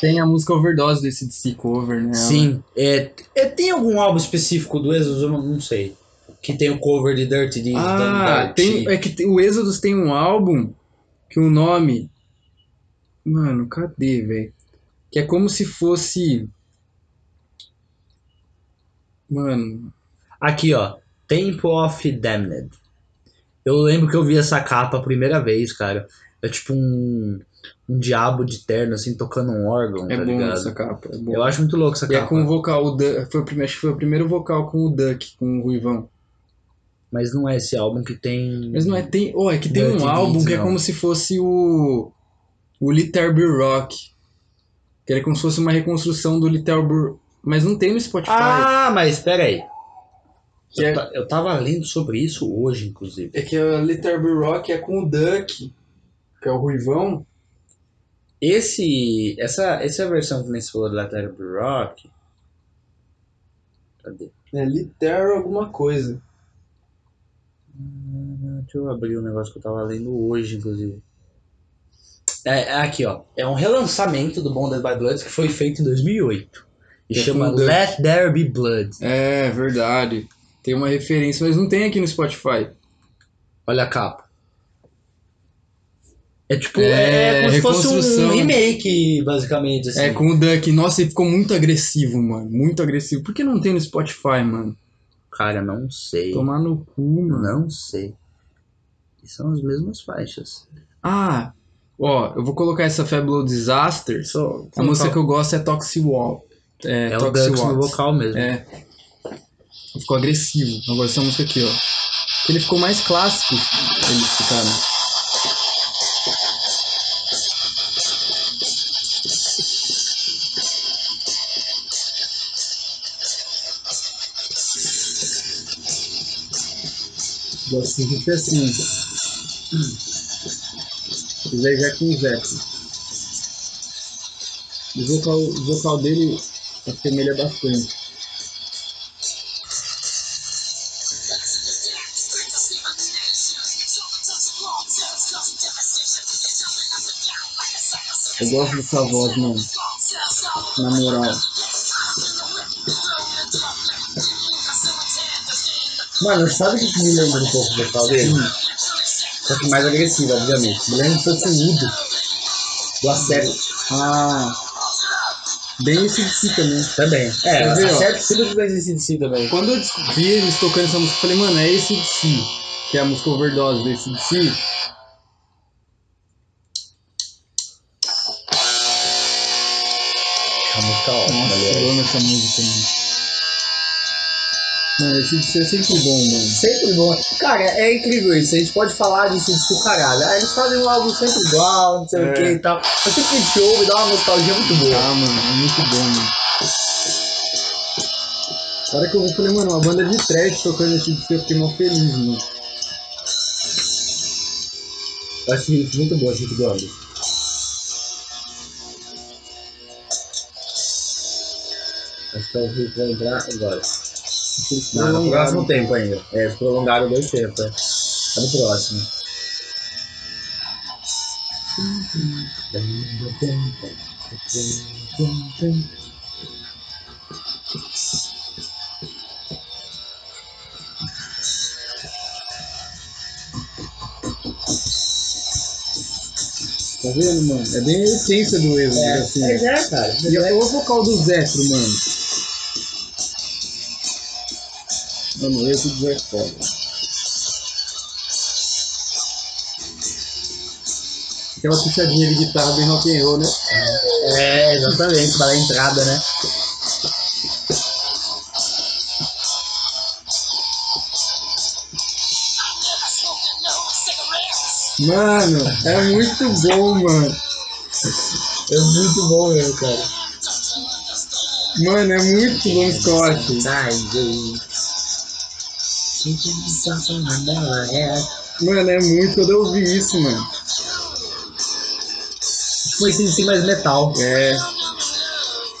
Tem a música Overdose desse DC Cover, né? Sim. É, é, tem algum álbum específico do Exodus? Eu não, não sei. Que tem o cover de Dirty Deeds. Ah, tem, é que tem- o Exodus tem um álbum que o nome. Mano, cadê, velho? Que é como se fosse. Mano. Aqui, ó. Temple of Damned. Eu lembro que eu vi essa capa a primeira vez, cara. É tipo um, um diabo de terno, assim, tocando um órgão, É tá bom ligado? essa capa. É bom. Eu acho muito louco essa E é capa. com o vocal, o Du- foi o primeiro, acho que foi o primeiro vocal com o Duck, com o Ruivão. Mas não é esse álbum que tem. Mas não é, tem, oh, é que tem Dirty um álbum Deeds, que é não. como se fosse o, o Little Bill Rock, que era como se fosse uma reconstrução do Little Bill, mas não tem no Spotify. Ah, mas peraí. Que é- Eu, ta- eu tava lendo sobre isso hoje, inclusive. É que o Little Bill Rock é com o Duck, que é o Ruivão. Esse. Essa, essa versão que nem você falou da Letter Rock. Cadê? É Little alguma coisa. Hum, Deixa eu abrir um negócio que eu tava lendo hoje, inclusive. É, é aqui, ó. É um relançamento do Bonded by Blood que foi feito em 2008. E Que é chama com o Duck. Let There Be Blood. É, verdade. Tem uma referência, mas não tem aqui no Spotify. Olha a capa. É tipo, É, é, como se fosse um reconstrução. remake, basicamente. Assim. É com o Duck. Nossa, ele ficou muito agressivo, mano. Muito agressivo. Por que não tem no Spotify, mano? Cara, não sei. Tomar no cu, mano. Não sei. E são as mesmas faixas. Ah, ó, eu vou colocar essa Fabulous Disaster. Só- A música que eu gosto é Toxic Wall. É, É o Toxic Dux no Walls. vocal mesmo. É. Ficou agressivo. Eu gosto dessa música aqui, ó. Porque ele ficou mais clássico, eles ficaram. Gosto de é ser assim. Veja com Jackson. O vocal, o vocal dele assemelha bastante. Eu gosto dessa voz, mano. Na moral. Mano, sabe o que que me lembra um pouco do vocal dele? Só que é mais agressivo, obviamente. Me lembra um pouco o Udo. Do Acerto. Ah. Bem esse DC também. Também. É, Quer o ver, ó? Acerto sempre do ACDC também. Quando eu descobri eles tocando essa música, eu falei, mano, é esse DC. Que é a música overdose desse DC. A música Nossa, eu amo essa música, mano. Mano, esse DC é sempre bom, mano. Sempre bom. Cara, é incrível isso. A gente pode falar disso de caralho. Ah, eles fazem um álbum sempre igual, não sei É. o que e tal. Mas sempre que a gente ouve, dá uma nostalgia muito boa. Ah, mano, é muito bom, mano. Na hora que eu vi, eu falei, mano, uma banda de trash tocando esse disco, eu fiquei mó feliz, mano. Eu acho isso muito boa, gente do álbum. Acho que é o Rick vai entrar agora. Não, no próximo tempo ainda. É, eles prolongaram dois tempos. É, é no próximo. Tá vendo, mano? É bem a essência do Exo, assim. Mas é, cara. E olha o vocal do Zefro, mano. Mano, o Exo do Zé é foda. Aquela puxadinha de guitarra bem rock and roll, né? É, exatamente, para a entrada, né? Mano, é muito bom, mano. É muito bom mesmo, cara. Mano, é muito bom Scott. Ai, gente. Mano, é muito, quando eu ouvi isso, mano. Foi sim, sim, mais metal. É.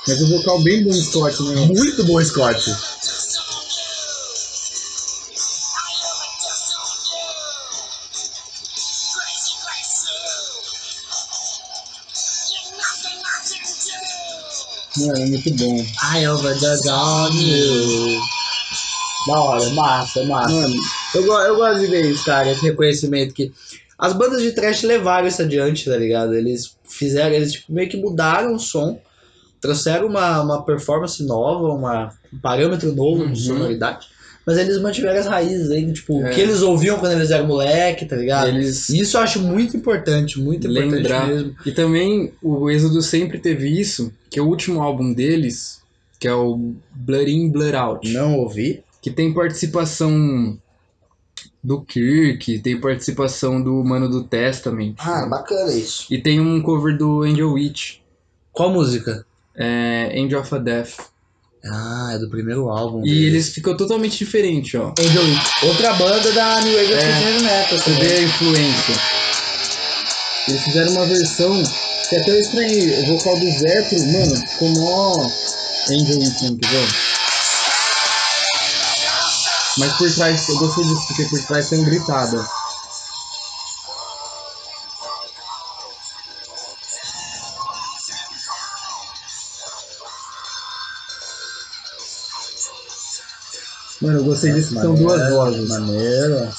Mas o vocal bem bom Scott, né? Muito bom, Scott. Mano, é muito bom. I é overdose on you. Da hora, massa, massa. Mano, Eu, go- eu gosto de ver isso, cara, esse reconhecimento que. As bandas de trash levaram isso adiante, tá ligado? Eles fizeram, eles tipo, meio que mudaram o som, trouxeram uma, uma performance nova, uma, um parâmetro novo Uhum. de sonoridade, mas eles mantiveram as raízes ainda, tipo, É. o que eles ouviam quando eles eram moleque, tá ligado? eles Isso eu acho muito importante, muito importante Lembrar. mesmo. E também o Êxodo sempre teve isso, que o último álbum deles, que é o Blood In, Blood Out, Não ouvi. que tem participação do Kirk, tem participação do Mano do Testament, Ah, bacana isso. e tem um cover do Angel Witch, Qual música? é, End of a Death. Ah, é do primeiro álbum. E eles ficam totalmente diferentes, ó. Angel Witch. Outra banda da New Wave É. Heavy Metal. Você também. vê a influência. Eles fizeram uma versão que até eu estranhei. O vocal do Vetro, mano, ficou mó. Angel Witch, entendeu? Mas por trás, eu gostei disso, porque por trás tem um gritado. Mano, eu É, gostei disso. que São Maneiro, duas vozes. Maneiro.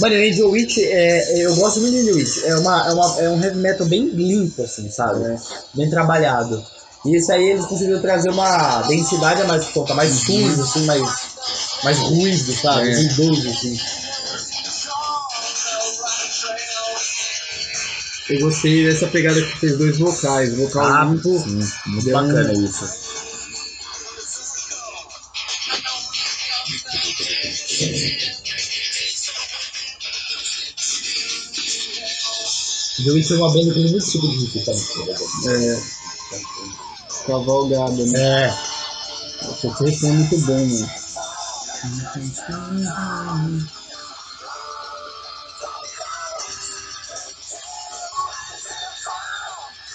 Mano, Angel Witch, é, eu gosto muito de Angel Witch. É, uma, é, uma, é um heavy metal bem limpo, assim, sabe? Bem trabalhado. E isso aí eles conseguiram trazer uma densidade a mais pouca, mais sujo, assim, mais, mais ruído, sabe? É. Ruidoso, assim. Eu gostei dessa pegada que fez dois vocais, o vocal Ah, limpo. Muito Deu bacana um isso. Angel Witch é uma banda que tem muito tipo de né? riff, também. É. Cavalgada, né? É. O texto é muito bom, mano.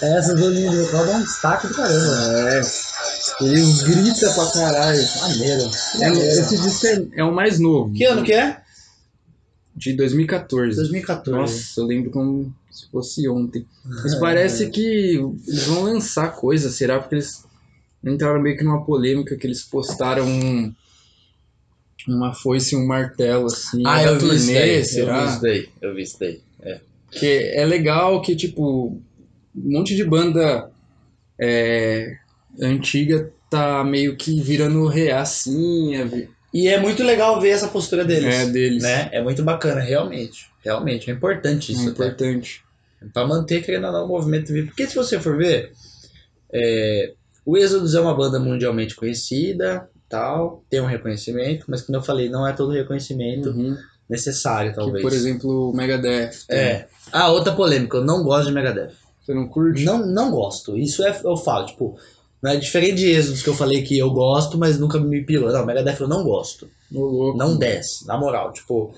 Essas duas linhas de vocal dão um destaque do caramba. É. Eles gritam pra caralho. Maneiro. É, Maneiro. esse disco é, é o mais novo. Que ano que é? De 2014. 2014. Nossa, eu lembro como se fosse ontem. É. Mas parece que eles vão lançar coisa, será? Porque eles entraram meio que numa polêmica que eles postaram um- uma foice e um martelo, assim. Ah, da eu vi isso daí, eu será? daí, eu vi isso daí. Que é legal que, tipo, um monte de banda é, antiga tá meio que virando reacinha vi- E é muito legal ver essa postura deles. é, deles. né? É muito bacana, realmente. Realmente, é importante Isso isso. é até. importante. Pra manter, querendo ou não, o movimento vivo. Porque se você for ver, é, o Exodus é uma banda mundialmente conhecida, tal, tem um reconhecimento, mas como eu falei, não é todo reconhecimento Uhum. necessário, Que, talvez. por exemplo, o Megadeth. né? é. Ah, outra polêmica, eu não gosto de Megadeth. Você não curte? Não, não gosto. Isso é, eu falo, tipo, não é diferente de Exodus que eu falei que eu gosto, mas nunca me pilou. Não, Megadeth eu não gosto. Ô, louco. Não desce, na moral. Tipo,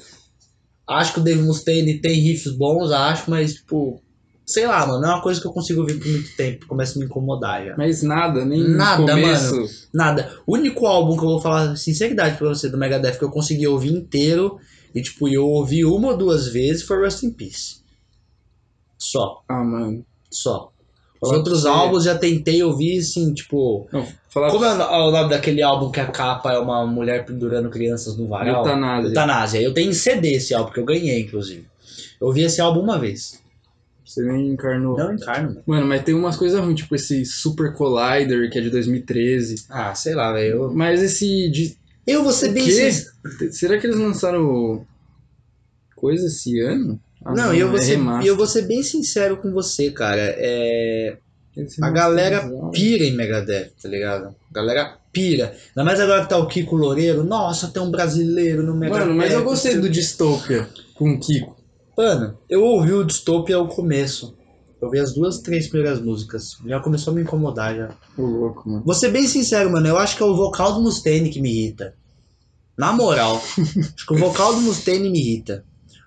acho que o Dave Mustaine tem riffs bons, acho, mas, tipo, sei lá, mano, não é uma coisa que eu consigo ouvir por muito tempo, começa a me incomodar já. Mas nada, nem no Nada, começo. Nada. O único álbum que eu vou falar sinceridade pra você do Megadeth que eu consegui ouvir inteiro e, tipo, eu ouvi uma ou duas vezes foi Rust in Peace. Só, Ah, mano. só. Os Falar outros pra você- álbuns já tentei ouvir, assim, tipo. Não, falar Como é o nome daquele álbum que a capa é uma mulher pendurando crianças no pra- varal? eutanásia. Eutanásia. Eu tenho em CD esse álbum, que eu ganhei, inclusive. Eu ouvi esse álbum uma vez. Você nem encarnou. Não encarno, mano. Mano, mas tem umas coisas ruins, tipo esse Super Collider, que é de 2013. Ah, sei lá, velho. Mas esse de Eu vou ser O bem quê? sincero. Será que eles lançaram coisa esse ano? Ah, Não, eu vou, é ser, remaster. eu vou ser bem sincero com você, cara. É... Eles A galera remasterizaram. pira em Megadeth, tá ligado? A galera pira. Ainda mais agora que tá o Kiko Loureiro. Nossa, tem um brasileiro no Megadeth. Mano, mas eu gostei do Dystopia com o Kiko. Mano, eu ouvi o Dystopia ao começo. Eu ouvi as duas, três primeiras músicas. Já começou a me incomodar, já. Ô louco, mano. Vou ser bem sincero, mano. Eu acho que é o vocal do Mustaine que me irrita. Na moral. acho que o vocal do Mustaine me irrita. é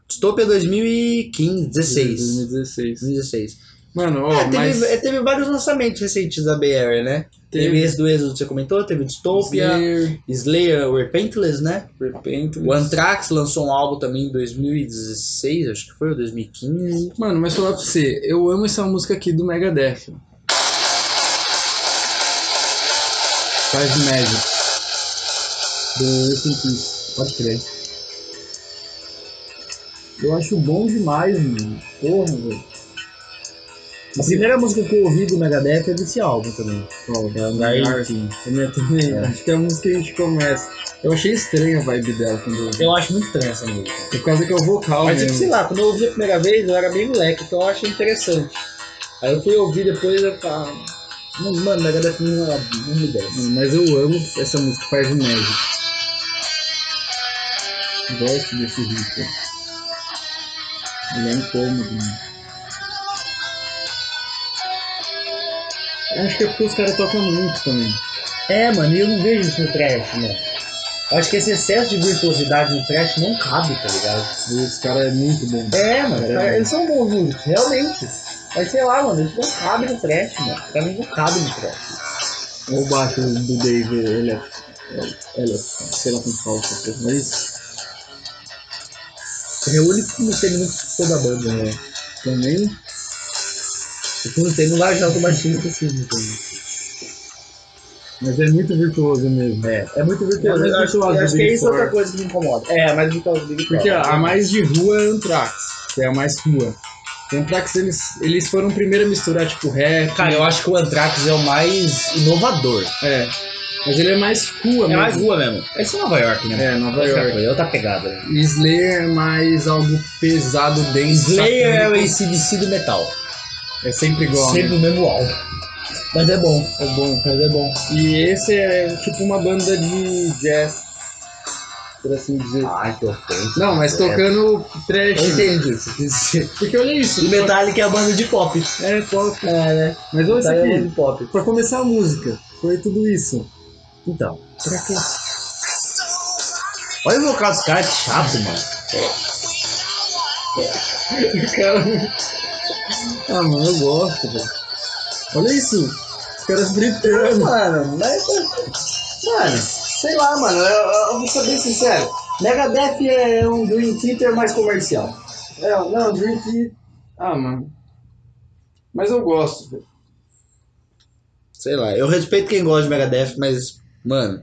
Dystopia 2015, 16. 2016. 2016. Mano, ó, Ah, teve, mas... eh, teve vários lançamentos recentes da Bay Area, né? Teve, esse do Êxodo que você comentou, teve Dystopia, Slayer, Slayer, o Repentless, né? Repentless. O Anthrax lançou um álbum também em 2016, acho que foi, ou 2015. Mano, mas falar pra você, eu amo essa música aqui do Megadeth. Five Magic. Do Rest in Peace. Pode crer. Eu acho bom demais, mano. Porra, velho. A primeira música que eu ouvi do Megadeth é desse álbum também. Qual? É Angar. A minha também. Acho que é a música que a gente começa. Eu achei estranha a vibe dela quando eu ouvi. Eu acho muito estranha essa música. Por causa que é o vocal Mas, tipo, mesmo. sei lá, quando eu ouvi a primeira vez, eu era bem moleque, então eu achei interessante. Aí eu fui ouvir depois e eu falei, mano, na galera não é não me desce. Mano, Mas eu amo essa música Five Magic. Gosto desse ritmo. Ele é incômodo, mano. Eu Acho que é porque os caras tocam muito também. É, mano, e eu não vejo isso no trash, mano. né? Eu acho que esse excesso de virtuosidade no trash não cabe, tá ligado? Os caras é muito bom. É, mano, Caramba. eles são bons músicos, realmente. Mas sei lá, mano, isso não cabe no trash, mano. Pra mim não cabe no trash. Olha o baixo do Dave, ele é. Ele é. Sei lá como fala essa coisa, mas. Reúne com o Mustaine muito toda a banda, né? Também. O Mustaine não vai ajudar o baixista assim, então. Mas é muito virtuoso mesmo. É, é muito É virtuoso. mais eu acho, virtuoso eu acho do que é Big isso outra Four. coisa que me incomoda. É, mais virtuoso do Big Four. Porque a mais de rua é Anthrax, que é a mais rua. O Anthrax, eles, eles foram o primeiro a misturar, tipo, rap. Cara, eu acho que o Anthrax é o mais inovador. É. Mas ele é mais rua É mesmo. mais rua mesmo. É isso em Nova York, né? É, Nova Outra York. coisa, outra pegada. Né? E Slayer é mais algo pesado, denso. Slayer é o satânico. ACDC do metal. é sempre igual. Sempre né? o mesmo álbum. Mas é bom. É bom. Mas é bom. E esse é tipo uma banda de jazz, por assim dizer. Ai, que ofensa. Não, mas tocando né? trash. É. Eu entendi o que você quis dizer. É. Porque olha isso. E Metallica é a banda de pop. É pop. É, né? Mas olha isso Metallica é a banda aqui. de pop. Pra começar a música, foi tudo isso. Então. Será que é? Olha o vocal dos caras, que chato, mano. Cara... Ah, mano, eu gosto, velho. Olha isso. Os caras gritando. Mano, mas. Mano, sei lá, mano. Eu, eu vou ser bem sincero. Megadeth é um Dream Theater mais comercial. Não, É, não, Drink. Ah, mano. Mas eu gosto, velho. Sei lá, eu respeito quem gosta de Megadeth, mas, mano,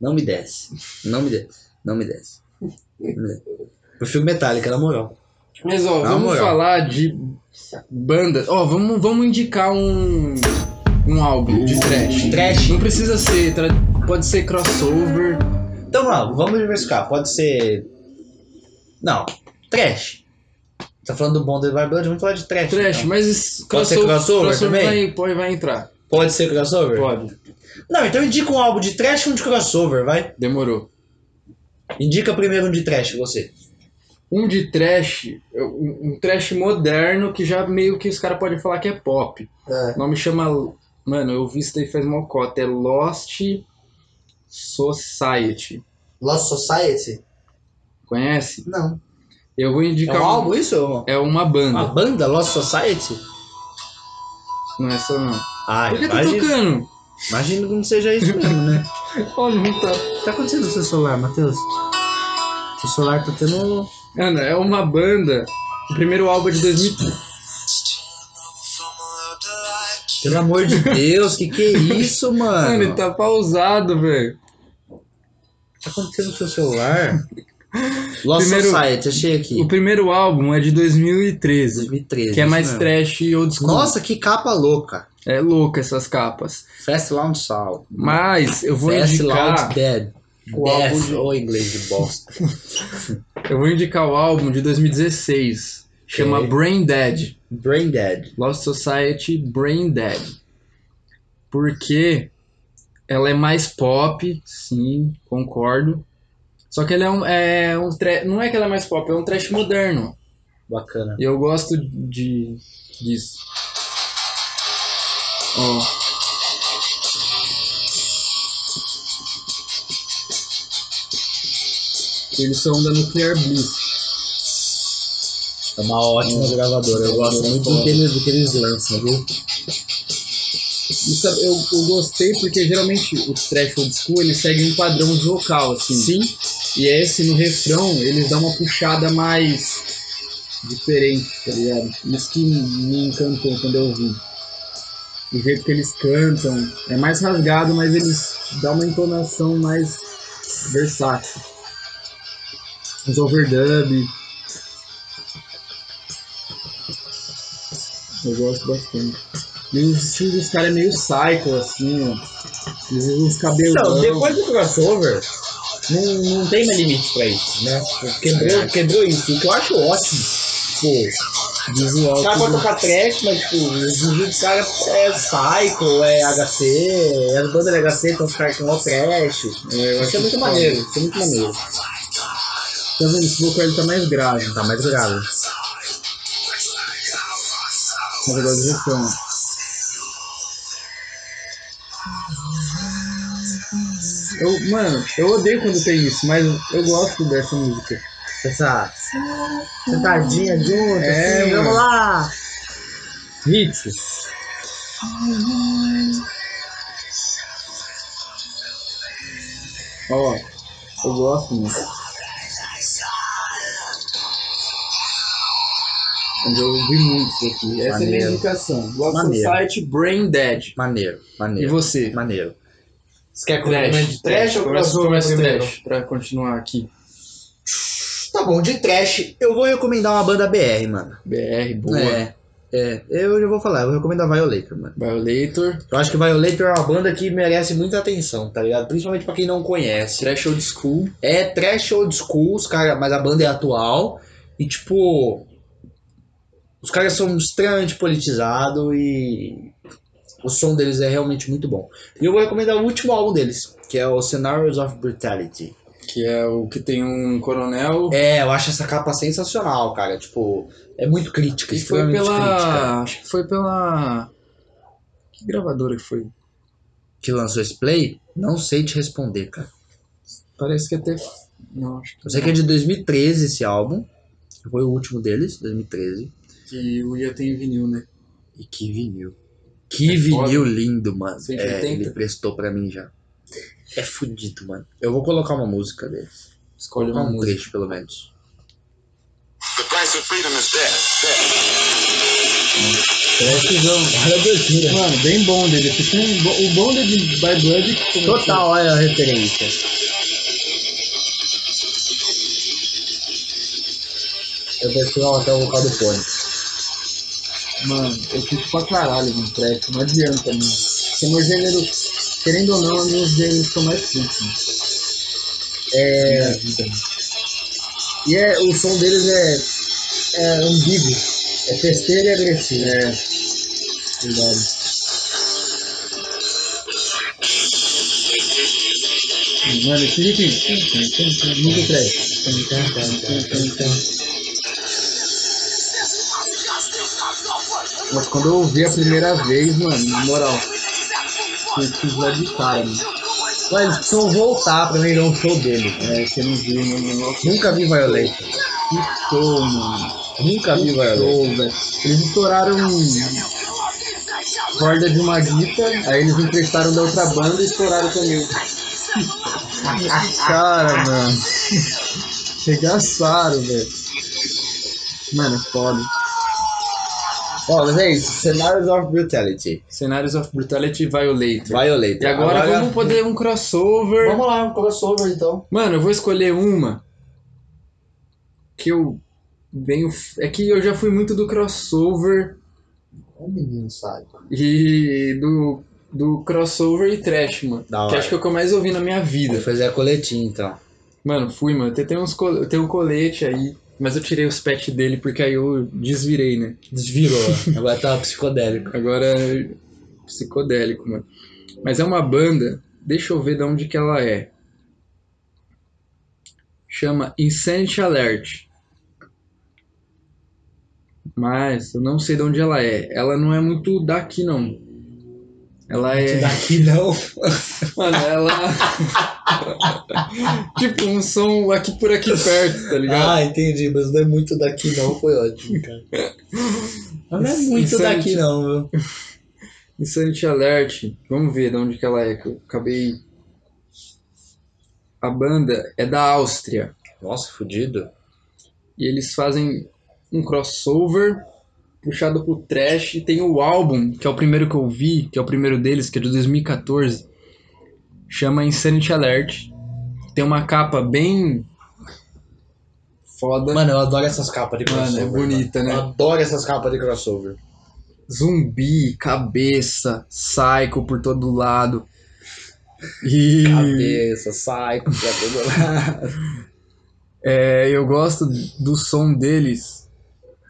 não me desce. Não me desce. Não me desce. Não me desce. Prefiro Metallica, na moral. Mas ó, Na vamos moral. falar de bandas. Ó, vamos, vamos indicar um, um álbum de trash. Trash. Não precisa ser, tra- pode ser crossover. Então, mano, vamos diversificar. Pode ser. Não, trash. Tá falando do bom do Barbie, vamos falar de trash. Trash, então. mas esse Pode ser crossover também? vai, pode, vai entrar. Pode ser crossover? Pode. Não, então indica um álbum de trash e um de crossover, vai. Demorou. Indica primeiro um de trash, você. Um de trash, um, um trash moderno que já meio que os caras podem falar que é pop. É. O nome chama. Mano, eu vi isso daí faz mal cota. É Lost Society. Lost Society? Conhece? Não. Eu vou É indicar. um álbum Ah. isso? irmão? É uma banda. Uma banda, Lost Society? Não é essa não. Ah, Por que tá imagino, tocando? imagino que não seja isso mesmo, né? Olha, não tá. O que tá acontecendo no seu celular, Matheus? Seu celular tá tendo. Mano, é uma banda. O primeiro álbum é de 2000. Pelo amor de Deus, que que é isso, Mano, ele mano? O que tá pausado, velho. tá acontecendo no seu celular? Lost Primeiro- Society, achei O aqui. primeiro álbum é de 2013. 2013. Que é mais isso mesmo. trash e old school. né? Nossa, que capa louca. É louca essas capas. Fast Lounge Soul. Mas eu vou Fast indicar. Lounge Dead. o álbum Death, de- ou inglês de bosta. Eu vou indicar o álbum de 2016. Chama É. Brain Dead. Brain Dead. Lost Society Brain Dead. Porque ela é mais pop, sim, concordo. Só que ela é um, é um tra- não é que ela é mais pop, é um trash moderno. Bacana. E eu gosto de disso. Ó. Eles são da Nuclear Blitz. É uma ótima gravadora. Eu gosto muito do que eles, do que eles lançam, viu? E sabe, é, eu, eu gostei porque geralmente o trash old school ele segue um padrão de vocal, assim. E esse no refrão eles dão uma puxada mais diferente, tá ligado? Isso que me encantou quando eu ouvi. O jeito que eles cantam é mais rasgado, mas eles dão uma entonação mais versátil. Os overdub. Eu gosto bastante. E o estilo dos caras é meio psycho, assim, ó. Eles usam uns cabelos. Então, depois do crossover, não, não tem mais limite pra isso, né? Quebrou, quebrou isso, o que eu acho ótimo. Pô, visual. os caras tudo- podem tocar trash, mas tipo, os vídeos dos caras é Psycho, é HC, é as bandas de HC, então os caras que não trash. É, eu Isso é muito que- maneiro, isso é muito maneiro. Tá vendo? Esse vocal ele tá mais grave. Tá mais grave. Na verdade, já foi. Eu, mano, eu odeio quando tem isso, mas eu gosto dessa música. Essa sentadinha junto, É, assim, mano. vamos lá. Hits. Ó, eu gosto muito. Mas Eu ouvi muito isso aqui. Essa é a minha Maneiro. indicação. Gosto do Maneiro. site Brain Dead. Maneiro, E maneiro, você? maneiro. Você quer comer Trash. de trash ou Começa crossover começa primeiro? trash, pra continuar aqui. Tá bom, de trash. Eu vou recomendar uma banda BR, mano. BR, boa. É, é, eu já vou falar, eu vou recomendar Violator, mano. Violator, Eu acho que Violator é uma banda que merece muita atenção, tá ligado? Principalmente pra quem não conhece. Trash Old School. É trash old school, os cara, mas a banda é atual. E, tipo, os caras são extremamente politizados e o som deles é realmente muito bom. E eu vou recomendar o último álbum deles, que é o Scenarios of Brutality. Que é o que tem um coronel. É, eu acho essa capa sensacional, cara. Tipo, é muito crítica, e foi extremamente pela. crítica. Acho que foi pela. Que gravadora que foi? Que lançou esse play? Não sei te responder, cara. Parece que até. Não, acho que. Eu sei que é de 2013 esse álbum. Foi o último deles, 2013. Que o Ia tem vinil, né? E que vinil. Que É vinil foda. lindo, mano. 180. É, ele prestou pra mim já. É fudido, mano. Eu vou colocar uma música dele. Escolhe uma Um música. trecho, pelo menos. The price of freedom is death. death. é um né? Mano, bem bom dele. Porque um bo- o bom dele de By Blood. é que- Total, olha a referência. Eu vou tirar até o vocal do Pony. Mano, eu fico pra caralho no trash. Não adianta, mano. Esse é meu gênero. Querendo ou não, é um dos gêneros que eu mais curto. mano. É... E é, o som deles é, é ambíguo. É festeiro e agressivo. É. Verdade. Mano, esse riff. é Muito trash. Mas quando eu ouvi a primeira vez, mano, na moral, eu quis lá de cara, mano. Mas eles precisam voltar pra mim ver um show dele. É, você não viu, mano. Nunca vi Violeta. Que show, mano. Nunca vi Que Violeta. show, Tá velho. Eles estouraram corda de uma guita, aí eles emprestaram da outra banda e estouraram comigo. cara, mano. Regaçaram, velho. Mano, é foda. Ó, mas é isso. Scenarios of Brutality. Cenários of Brutality Violator. Violeta. E agora, vamos poder um crossover. Vamos lá, um crossover então. Mano, eu vou escolher uma que eu venho. É que eu já fui muito do crossover Um menino sabe. e do, do crossover e trash, mano. Da Que hora. acho que é o que eu mais ouvi na minha Vou vida. fazer a coletinha então. Mano, fui, mano. Tem, tem, uns col... tem um colete aí. Mas eu tirei os patch dele porque aí eu desvirei, né? Desvirou. Agora tá psicodélico. Agora é psicodélico, mano. Mas é uma banda, deixa eu ver de onde que ela é. Chama Insanity Alert. Mas eu não sei de onde ela é. Ela não é muito daqui, não. Ela é. Daqui não. Mano, ela. tipo, um som aqui por aqui perto, tá ligado? Ah, entendi. Mas não é muito daqui não. Foi ótimo, cara. Mas não é muito Insanity- daqui não, viu? Insanity Alert, vamos ver de onde que ela é, que eu acabei. A banda é da Áustria Nossa, fudido. e eles fazem um crossover puxado pro trash e tem o álbum, que é o primeiro que eu vi, que é o primeiro deles, que é de 2014, chama Insanity Alert. Tem uma capa bem foda, Mano, eu adoro essas capas de mano, crossover. é bonita, Eu né? adoro essas capas de crossover. zumbi, cabeça, psycho por todo lado. E Cabeça, sai, pra todo lado. é, eu gosto do som deles,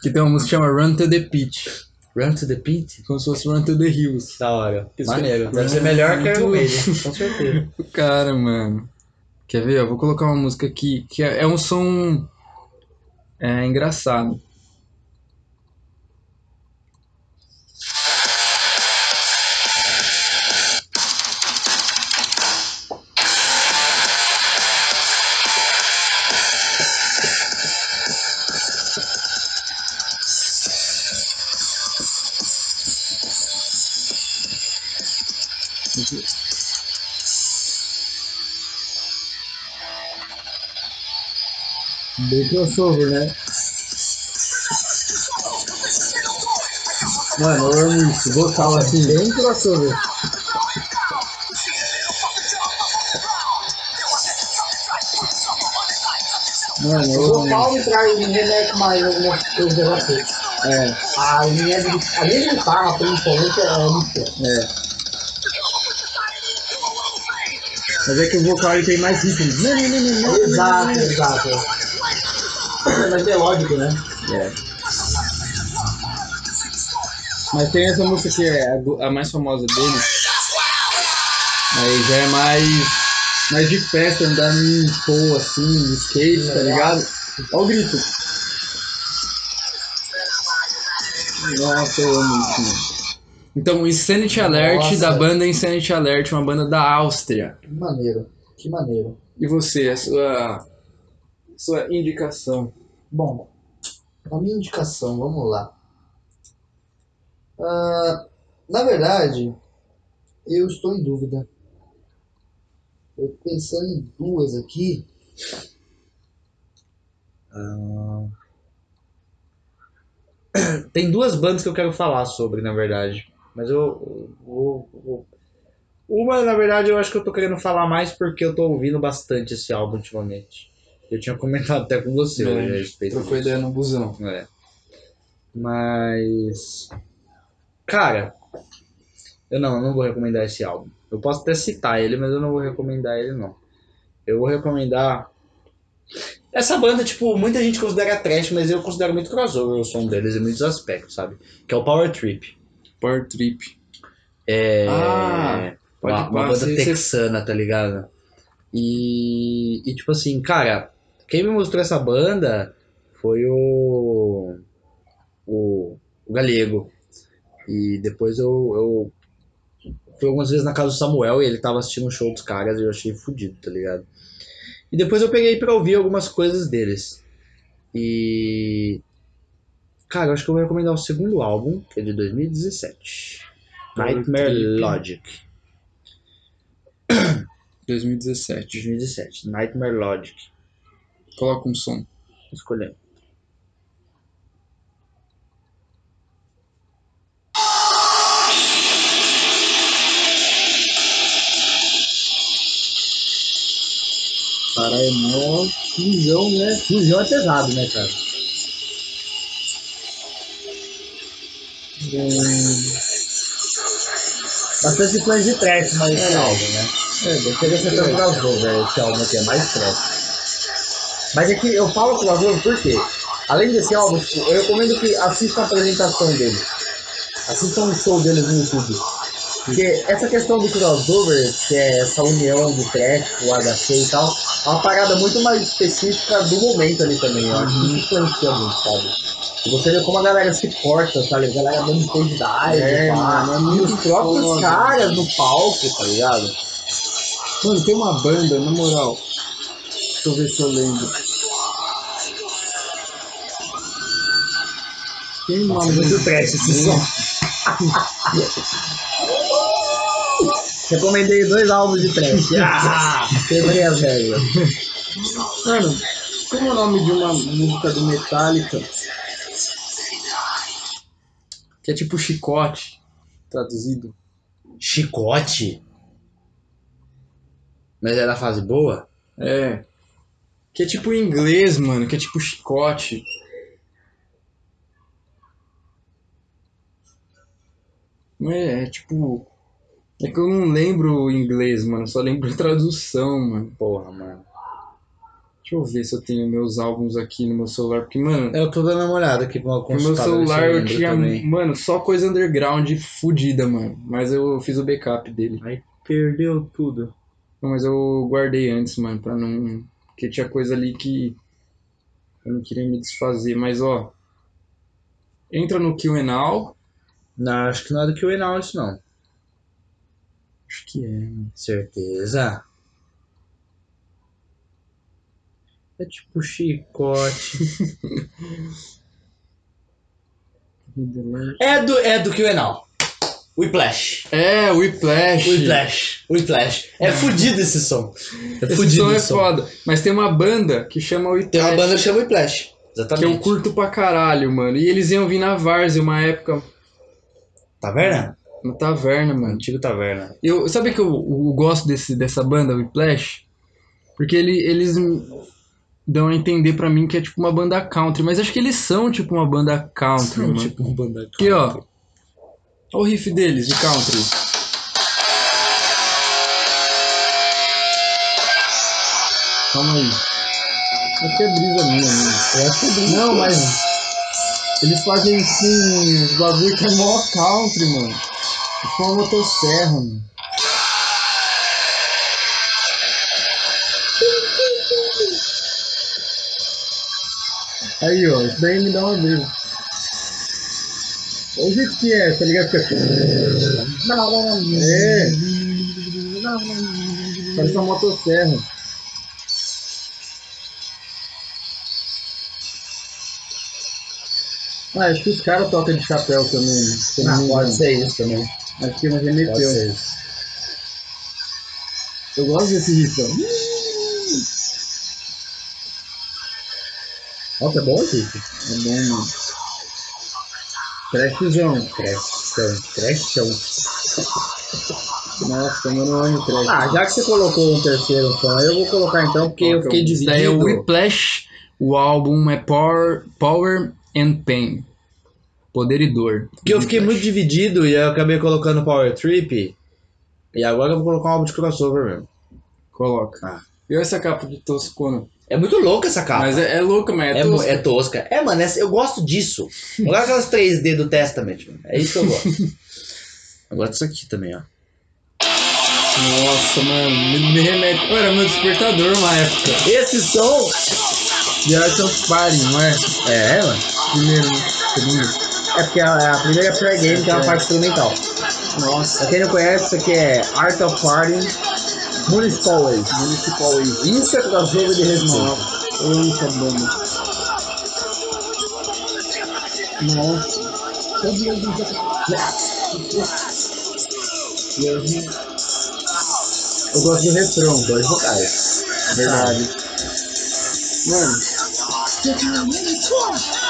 que tem uma música que chama Run to the Pitch, Run to the pit? como se fosse Run to the Hills. Da hora. Isso Maneiro. é- Deve ser melhor que a Muito- Arrowhead, com certeza. Cara, mano. Quer ver? Eu vou colocar uma música aqui, que é, é um som é, engraçado. Bem crossover, né? Mano, eu amo isso. Vocal assim, bem crossover. Mano, Eu eu vou amo. mal entrar em remete mais alguma coisa de vocês. É, A linha de, a linha de guitarra, principalmente, é muito é. Mas é que o vocal ele tem mais ritmo. Exato, exato. É mais melódico, né? Mas tem essa música que é a, do- a mais famosa deles. Aí já é mais, mais de festa, andar em pô, assim, de skate, tá ligado? Olha o grito. Nossa, eu amo isso. mano. Então, Insanity Alert, Nossa. da banda Insanity Alert, uma banda da Áustria. Que maneiro, que maneiro. E você, a sua, sua indicação? Bom, a minha indicação, vamos lá. Ah, na verdade, eu estou em dúvida. Eu tô pensando em duas aqui. Tem duas bandas que eu quero falar sobre, na verdade. Mas eu eu vou. vou- Uma, na verdade, eu acho que eu tô querendo falar mais porque eu tô ouvindo bastante esse álbum ultimamente. Eu tinha comentado até com você Bem, hoje a respeito Trocou disso. ideia no busão. É. Mas. Cara, eu não, eu não vou recomendar esse álbum. Eu posso até citar ele, mas eu não vou recomendar ele, não. Eu vou recomendar. Essa banda, tipo, muita gente considera trash, mas eu considero muito crossover o som deles em muitos aspectos, sabe? Que é o Power Trip. Power Trip. É. Ah, pode uma, uma pá, banda você- você- texana, tá ligado? E, e, tipo assim, cara, quem me mostrou essa banda foi o. O, o Galego. E depois eu, eu. Fui algumas vezes na casa do Samuel e ele tava assistindo um show dos caras e eu achei fudido, tá ligado? E depois eu peguei pra ouvir algumas coisas deles. E. Cara, eu acho que eu vou recomendar o segundo álbum, que é de 2017. Power Nightmare Trip. Logic. 2017. 2017. Nightmare Logic. Coloca um som. Escolhendo. Caralho, mó fusão, né? Fusão é pesado, né, cara? Hum, Bastante influência de trash, mas é álbum, né? É, eu queria ser tanto crossover, esse álbum aqui é mais trash. Mas é que eu falo crossover por quê? Além desse álbum, tipo, eu recomendo que assistam a apresentação dele. Assistam o show deles no YouTube. Porque essa questão do crossover, que é essa união do track, o HC e tal, é uma parada muito mais específica do momento ali também. Eu acho que isso influencia muito, sabe? E você vê como a galera se corta, sabe? A galera dando stage dive, É, Ah, pá. mano, é e os muito próprios foda. caras no palco, tá ligado? Mano, tem uma banda, na moral. Deixa eu ver se eu lembro. Tem uma Nossa, é banda. muito trash esse som. Recomendei dois álbuns de trash. Ah, quebrei as regras. Mano, como é o nome de uma música do Metallica? Que é tipo chicote, traduzido. Chicote? Mas é da fase boa? É. Que é tipo em inglês, mano, que é tipo chicote. Não É, é tipo. É que eu não lembro o inglês, mano, só lembro a tradução, mano. Porra, mano. Deixa eu ver se eu tenho meus álbuns aqui no meu celular, porque, mano, É, Eu tô dando uma olhada aqui pra uma no meu consultada. ver se celular eu lembro tinha, também. mano, só coisa underground fudida, mano. Mas eu fiz o backup dele. Perdeu tudo. Não, mas eu guardei antes, mano, pra não. Porque tinha coisa ali que eu não queria me desfazer. Mas, ó. Entra no Kill and All. Não, acho que não é do que o Enal isso não. Acho que é. Certeza. É tipo chicote. né? É do, é do que o Enal. Whiplash. É, Whiplash. Whiplash. Whiplash. É fudido esse som. É Esse fudido som é esse som. É. foda. Mas tem uma banda que chama Whiplash. Tem uma banda que chama Whiplash. que Exatamente. eu curto pra caralho, mano. E eles iam vir na Várzea uma época, Taverna? na taverna, mano. Antigo taverna. Eu, sabe que eu, eu gosto desse, dessa banda, Whiplash? Porque ele, eles m- dão a entender pra mim que é tipo uma banda country, mas acho que eles são tipo uma banda country, mano. Tipo um banda Aqui, ó. Olha o riff deles, de country. Calma aí. Acho que é brisa minha, mano. Eu acho que é bem- Não, mas. Eles fazem assim, os bagulho que é mó country, mano. É Tipo uma motosserra, mano. Aí, ó, isso daí me dá um uma dele. O jeito que é, tá ligado? É. Fica- Parece uma motosserra. Ah, acho que os caras tocam de chapéu também. né? se eu não Ah, me engano. pode ser isso também. Acho que não é um- remeteu. Eu gosto desse riff, ó. Nossa, é bom É aqui. bom, mano. Trashzão. Crashão, crashão. Nossa, mano, eu amo trash. Ah, já que você colocou um terceiro som, eu vou colocar então, porque eu fiquei Isso daí é o dividido. Whiplash, o álbum é Power, Power and Pain. Poder e dor. Porque eu fiquei muito dividido e eu acabei colocando Power Trip. E agora eu vou colocar um álbum de crossover mesmo. Coloca. Ah. E olha essa capa de toscona. É muito louca essa capa. Mas é, é louca, mas é, É, mo- tosca. é tosca. É, mano, essa- eu gosto disso. Eu gosto daquelas 3D do Testament. mano. É isso que eu gosto. eu gosto disso aqui também, ó. é, Nossa, mano, me, me remete. Pô, era meu despertador uma época. Esse som. The Art of Party, não é? É, mano. Primeiro, né? segundo. É porque a, a primeira é pré-game, que é uma parte instrumental. Nossa. Pra quem não conhece, isso aqui é Art of Party Municipal Ways. Municipal Ways. Isso é crossover de resmola. Nossa, eu amo essa banda. Nossa. Eu gosto do refrão, dois vocais. Verdade. Mano.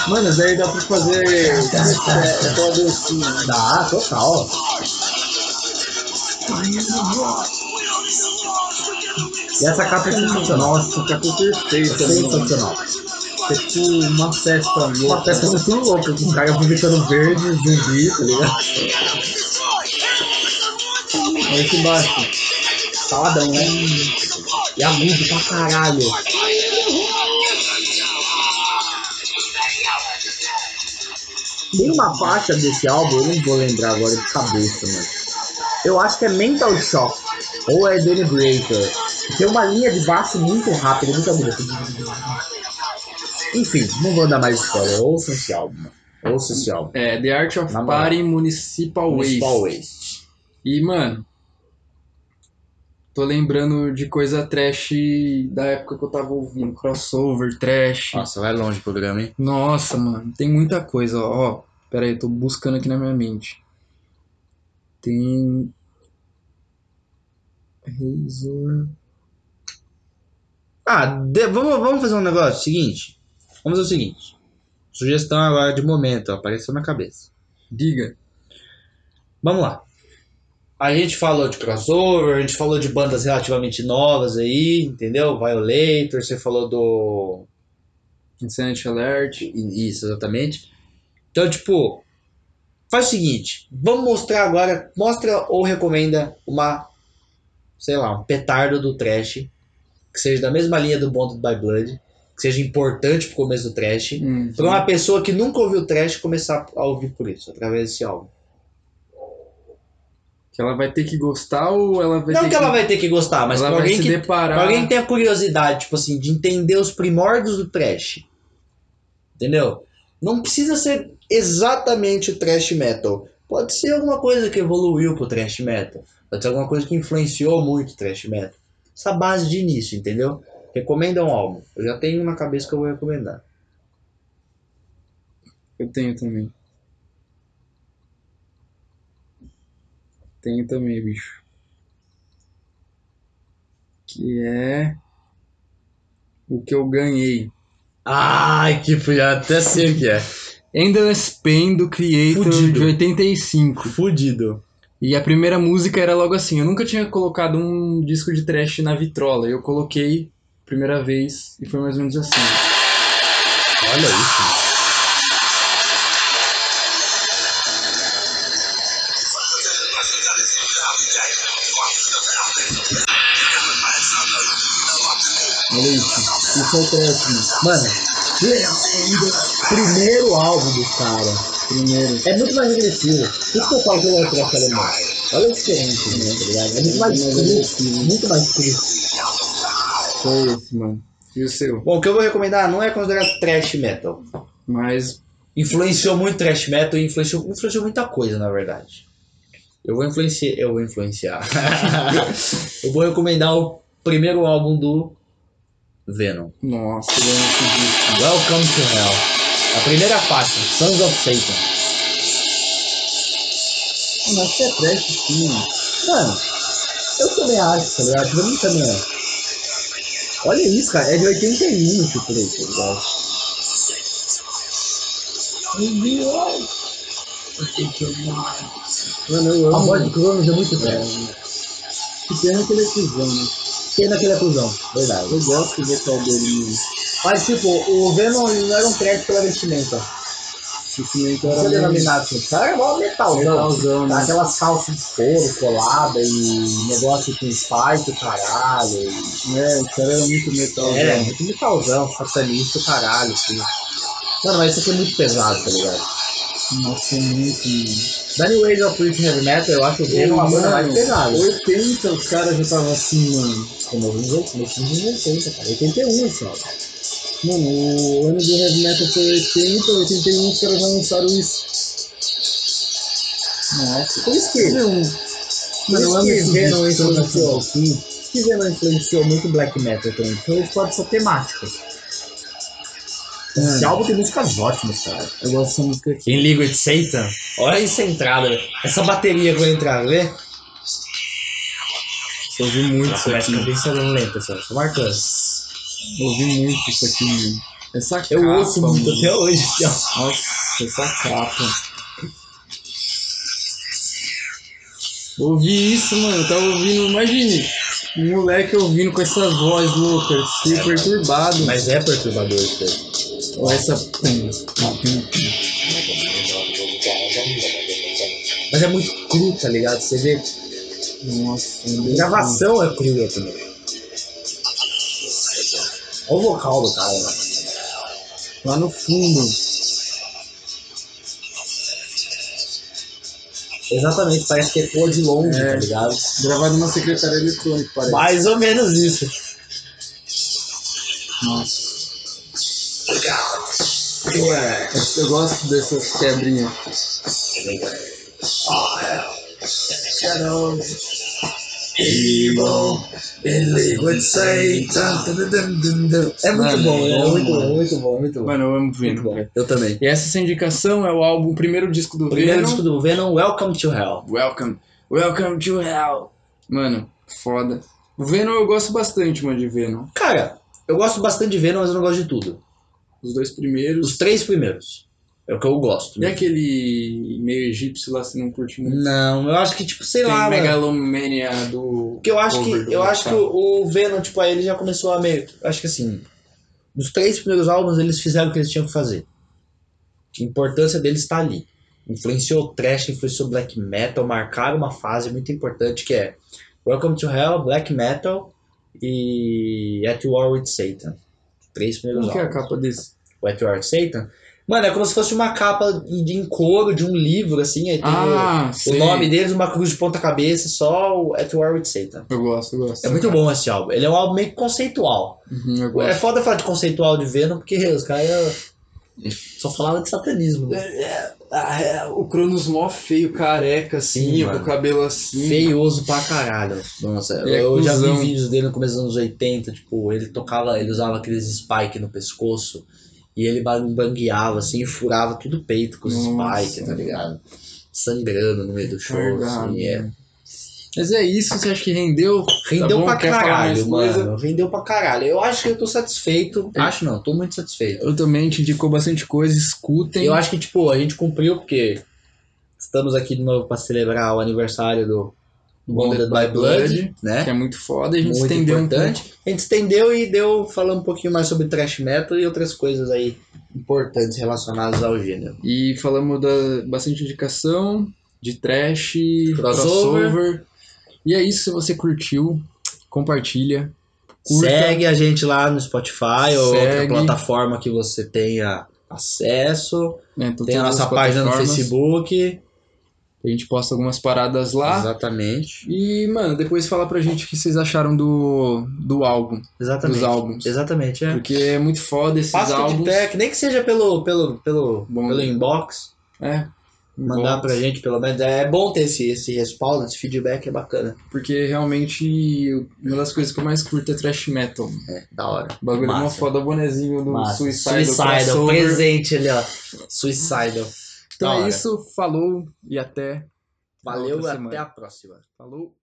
Mano, daí dá pra fazer. É, só a dancinha, né? Dá, total. E essa capa é sensacional. Nossa, tá com perfeita, mano. Sensacional. É tipo uma festa Uma louca. festa muito louca, com os caras vomitando verde, zumbi, tá ligado? Olha aqui embaixo. Saladão, né? E agudo pra caralho. Tem uma faixa desse álbum, eu não vou lembrar agora de cabeça, mano. Eu acho que é Mental Shock, ou é Denigrator. Tem uma linha de baixo muito rápida, muito aguda. Enfim, não vou dar mais spoiler. Ouçam esse álbum, mano. Ouçam esse álbum. É, The Art of Na moral. Party Municipal, Municipal Municipal Waste. Waste. E, mano, tô lembrando de coisa trash da época que eu tava ouvindo. Crossover, trash. Nossa, vai longe o programa, hein? Nossa, mano, tem muita coisa, ó. ó pera aí, eu tô buscando aqui na minha mente. Tem. Razor. Ah, de- vamos, vamos fazer um negócio seguinte. Vamos fazer o seguinte. Sugestão agora de momento, ó, apareceu na cabeça. Diga. Vamos lá. A gente falou de crossover, a gente falou de bandas relativamente novas aí, entendeu? Violator, você falou do. Insanity Alert. I- Isso, exatamente. Então, tipo, faz o seguinte, vamos mostrar agora, mostra ou recomenda uma, sei lá, um petardo do trash, que seja da mesma linha do Bonded by Blood, que seja importante pro começo do trash, Hum. pra uma pessoa que nunca ouviu trash começar a ouvir por isso, através desse álbum. Que ela vai ter que gostar ou ela vai Não ter que ela vai ter que gostar, mas ela pra vai alguém se que, deparar. pra alguém que tenha curiosidade, tipo assim, de entender os primórdios do trash. Entendeu? Não precisa ser exatamente o trash metal. Pode ser alguma coisa que evoluiu pro trash metal. Pode ser alguma coisa que influenciou muito o trash metal. Essa base de início, entendeu? Recomenda um álbum. Eu já tenho um na cabeça que eu vou recomendar. Eu tenho também. Tenho também, bicho. Que é. O que eu ganhei. Ai, que já até sei o que é. Endless Pain do Creator de Fudido. 85. Fudido. E a primeira música era logo assim. Eu nunca tinha colocado um disco de trash na vitrola. Eu coloquei a primeira vez e foi mais ou menos assim. Olha isso. Olha isso. Isso é o trash, mano. Mano, Primeiro álbum do cara. Primeiro. É muito mais agressivo. Por isso que eu falo que ele é o trash alemão. Olha a diferença, né, tá ligado? É muito mais crítico, muito mais crítico. Foi esse, mano. E o seu? bom, o que eu vou recomendar não é considerado trash metal. Mas. influenciou muito o thrash metal e influenciou, influenciou muita coisa, na verdade. Eu vou influenciar. Eu vou influenciar. eu vou recomendar o primeiro álbum do Venom. Nossa, eu não acredito. Welcome to Hell. A primeira faixa, Sons of Satan. Mano, acho que é trash, sim. Mano, eu também acho, tá ligado? Pra mim também é. Olha isso, cara. É de 81 esse play, tá ligado? Mano, eu A amo. voz de Cronos é muito trash. Que pena que ele é cuzão, né? Pena que ele é cuzão, verdade. Eu gosto do vocal dele, mano. Mas, tipo, o Venom ele não era um trash pela vestimenta. Simplesmente Isso é era meio denominado assim. O cara era mó metalzão. metalzão, Tá, né? Aquelas calças de couro colada e negócio com spike, caralho. E... É, o cara era muito metalzão. É, muito metalzão, satanista, caralho. Assim. Mano, mas isso aqui é muito pesado, tá ligado? Nossa, é muito, mano. Danny Wade of Rich Heavy Metal, eu acho o Venom uma banda mais pesada. 80 os caras já tava assim, mano. Como eu disse, eu fiz em 80, cara. 81, só. um, Mano, o ano do Heavy Metal foi 80, 81, os caras já lançaram isso. Nossa. Por isso que, Não. por isso Mano, que esse Venom disco, eu amo esse influenciou. disco. Por isso que Venom influenciou muito Black Metal também. Foi pode ser temático. Esse álbum tem músicas ótimas, cara. É. Eu gosto dessa música aqui. Em Liquid Satan. Olha essa entrada, velho. essa bateria que vai entrar, vê? Eu ouvi muito isso Começa aqui. com bem salão lenta, só. Tô marcando. Eu ouvi muito isso aqui, mano. Essa Eu capa, ouço muito mano. até hoje. ó. Nossa, essa capa. Eu Ouvi isso, mano. Eu tava ouvindo, imagine. Um moleque ouvindo com essa voz louca, super perturbado. Mas é perturbador isso daí. Ou essa. Mas é muito cru, tá ligado? Você vê Nossa, A gravação é crua também. Olha o vocal do cara, mano. lá no fundo. Exatamente, parece que ecoa de longe, É. tá ligado? Gravado numa secretária eletrônica, parece. Mais ou menos isso. Nossa. É Eu gosto dessas quebrinhas. É muito Mano, bom, é bom, muito bom, mano. muito bom, muito bom. Mano, eu amo Muito Venom. bom. velho. Eu também. E essa essa indicação é o álbum, o primeiro disco do Primeiro Venom. disco do Venom, Welcome to Hell. Welcome. Welcome to Hell. Mano, foda. O Venom eu gosto bastante, mano, de Venom. Cara, eu gosto bastante de Venom, mas eu não gosto de tudo. Os dois primeiros. Os três primeiros. É o que eu gosto. E né? aquele meio egípcio lá, se não curte muito. Não, eu acho que, tipo, sei Tem lá, mano. Megalomania do. Porque eu acho cover do que eu acho que Metallica. o o Venom, tipo, aí ele já começou a meio. Acho que assim. Dos três primeiros álbuns, eles fizeram o que eles tinham que fazer. A importância deles está ali. Influenciou o trash, influenciou o black metal, marcaram uma fase muito importante que é Welcome to Hell, Black Metal e At War with Satan. Três primeiros Como que é a álbuns. capa desse? O At War with Satan. Mano, é como se fosse uma capa de em couro de um livro, assim, aí tem Ah, o, sei. o nome deles, uma cruz de ponta-cabeça, só o At War with Satan. Eu gosto, eu gosto. É muito bom esse álbum. Ele é um álbum meio que conceitual. Uhum, eu É gosto. foda falar de conceitual de Venom, porque os caras é só falavam de satanismo. Né? Ah, é, o Cronos mó feio, careca, assim, Sim, com mano. o cabelo assim. Feioso pra caralho. Nossa, Ele é eu já vi cuzão. vídeos dele no começo dos anos 80, tipo, ele tocava, ele usava aqueles spike no pescoço e ele ba- bangueava assim, e furava tudo o peito com os Nossa. Tá spike, tá ligado? Sangrando no meio do show, Verdade, assim, é. Mas é isso, você acha que rendeu? Rendeu Tá bom, pra quer falar mais caralho, coisa? mano. Rendeu pra caralho. Eu acho que eu tô satisfeito. É. Acho não, tô muito satisfeito. Eu também te indicou bastante coisa, escutem. Eu acho que, tipo, a gente cumpriu porque estamos aqui de novo pra celebrar o aniversário do Bonded by Blood, né? que é muito foda, a gente Muito estendeu importante. um pouco. A gente estendeu e deu falando um pouquinho mais sobre trash metal e outras coisas aí importantes relacionadas ao gênero. E falamos da bastante indicação de trash, Crossover. crossover. E é isso, se você curtiu, compartilha, curta. Segue a gente lá no Spotify ou outra Segue. plataforma que você tenha acesso. né, todas Tem a as nossa página no plataformas. Facebook. A gente posta algumas paradas lá. Exatamente. E, mano, depois fala pra gente o que vocês acharam do, do álbum, Exatamente. dos álbuns. Exatamente, é. Porque é muito foda esses Faça álbuns. feedback, nem que seja pelo, pelo, pelo, Bom. pelo inbox. É. mandar Bom, pra gente, pelo menos. É bom ter esse, esse respaldo, esse feedback é bacana. Porque realmente uma das coisas que eu mais curto é thrash metal. É, da hora. O bagulho é mó Massa. foda, o bonezinho do Massa. Suicidal. Suicidal, crossover. presente ali, ó. Suicidal. Da Então é hora. isso, falou e até. Valeu, outra até semana. a próxima. Falou.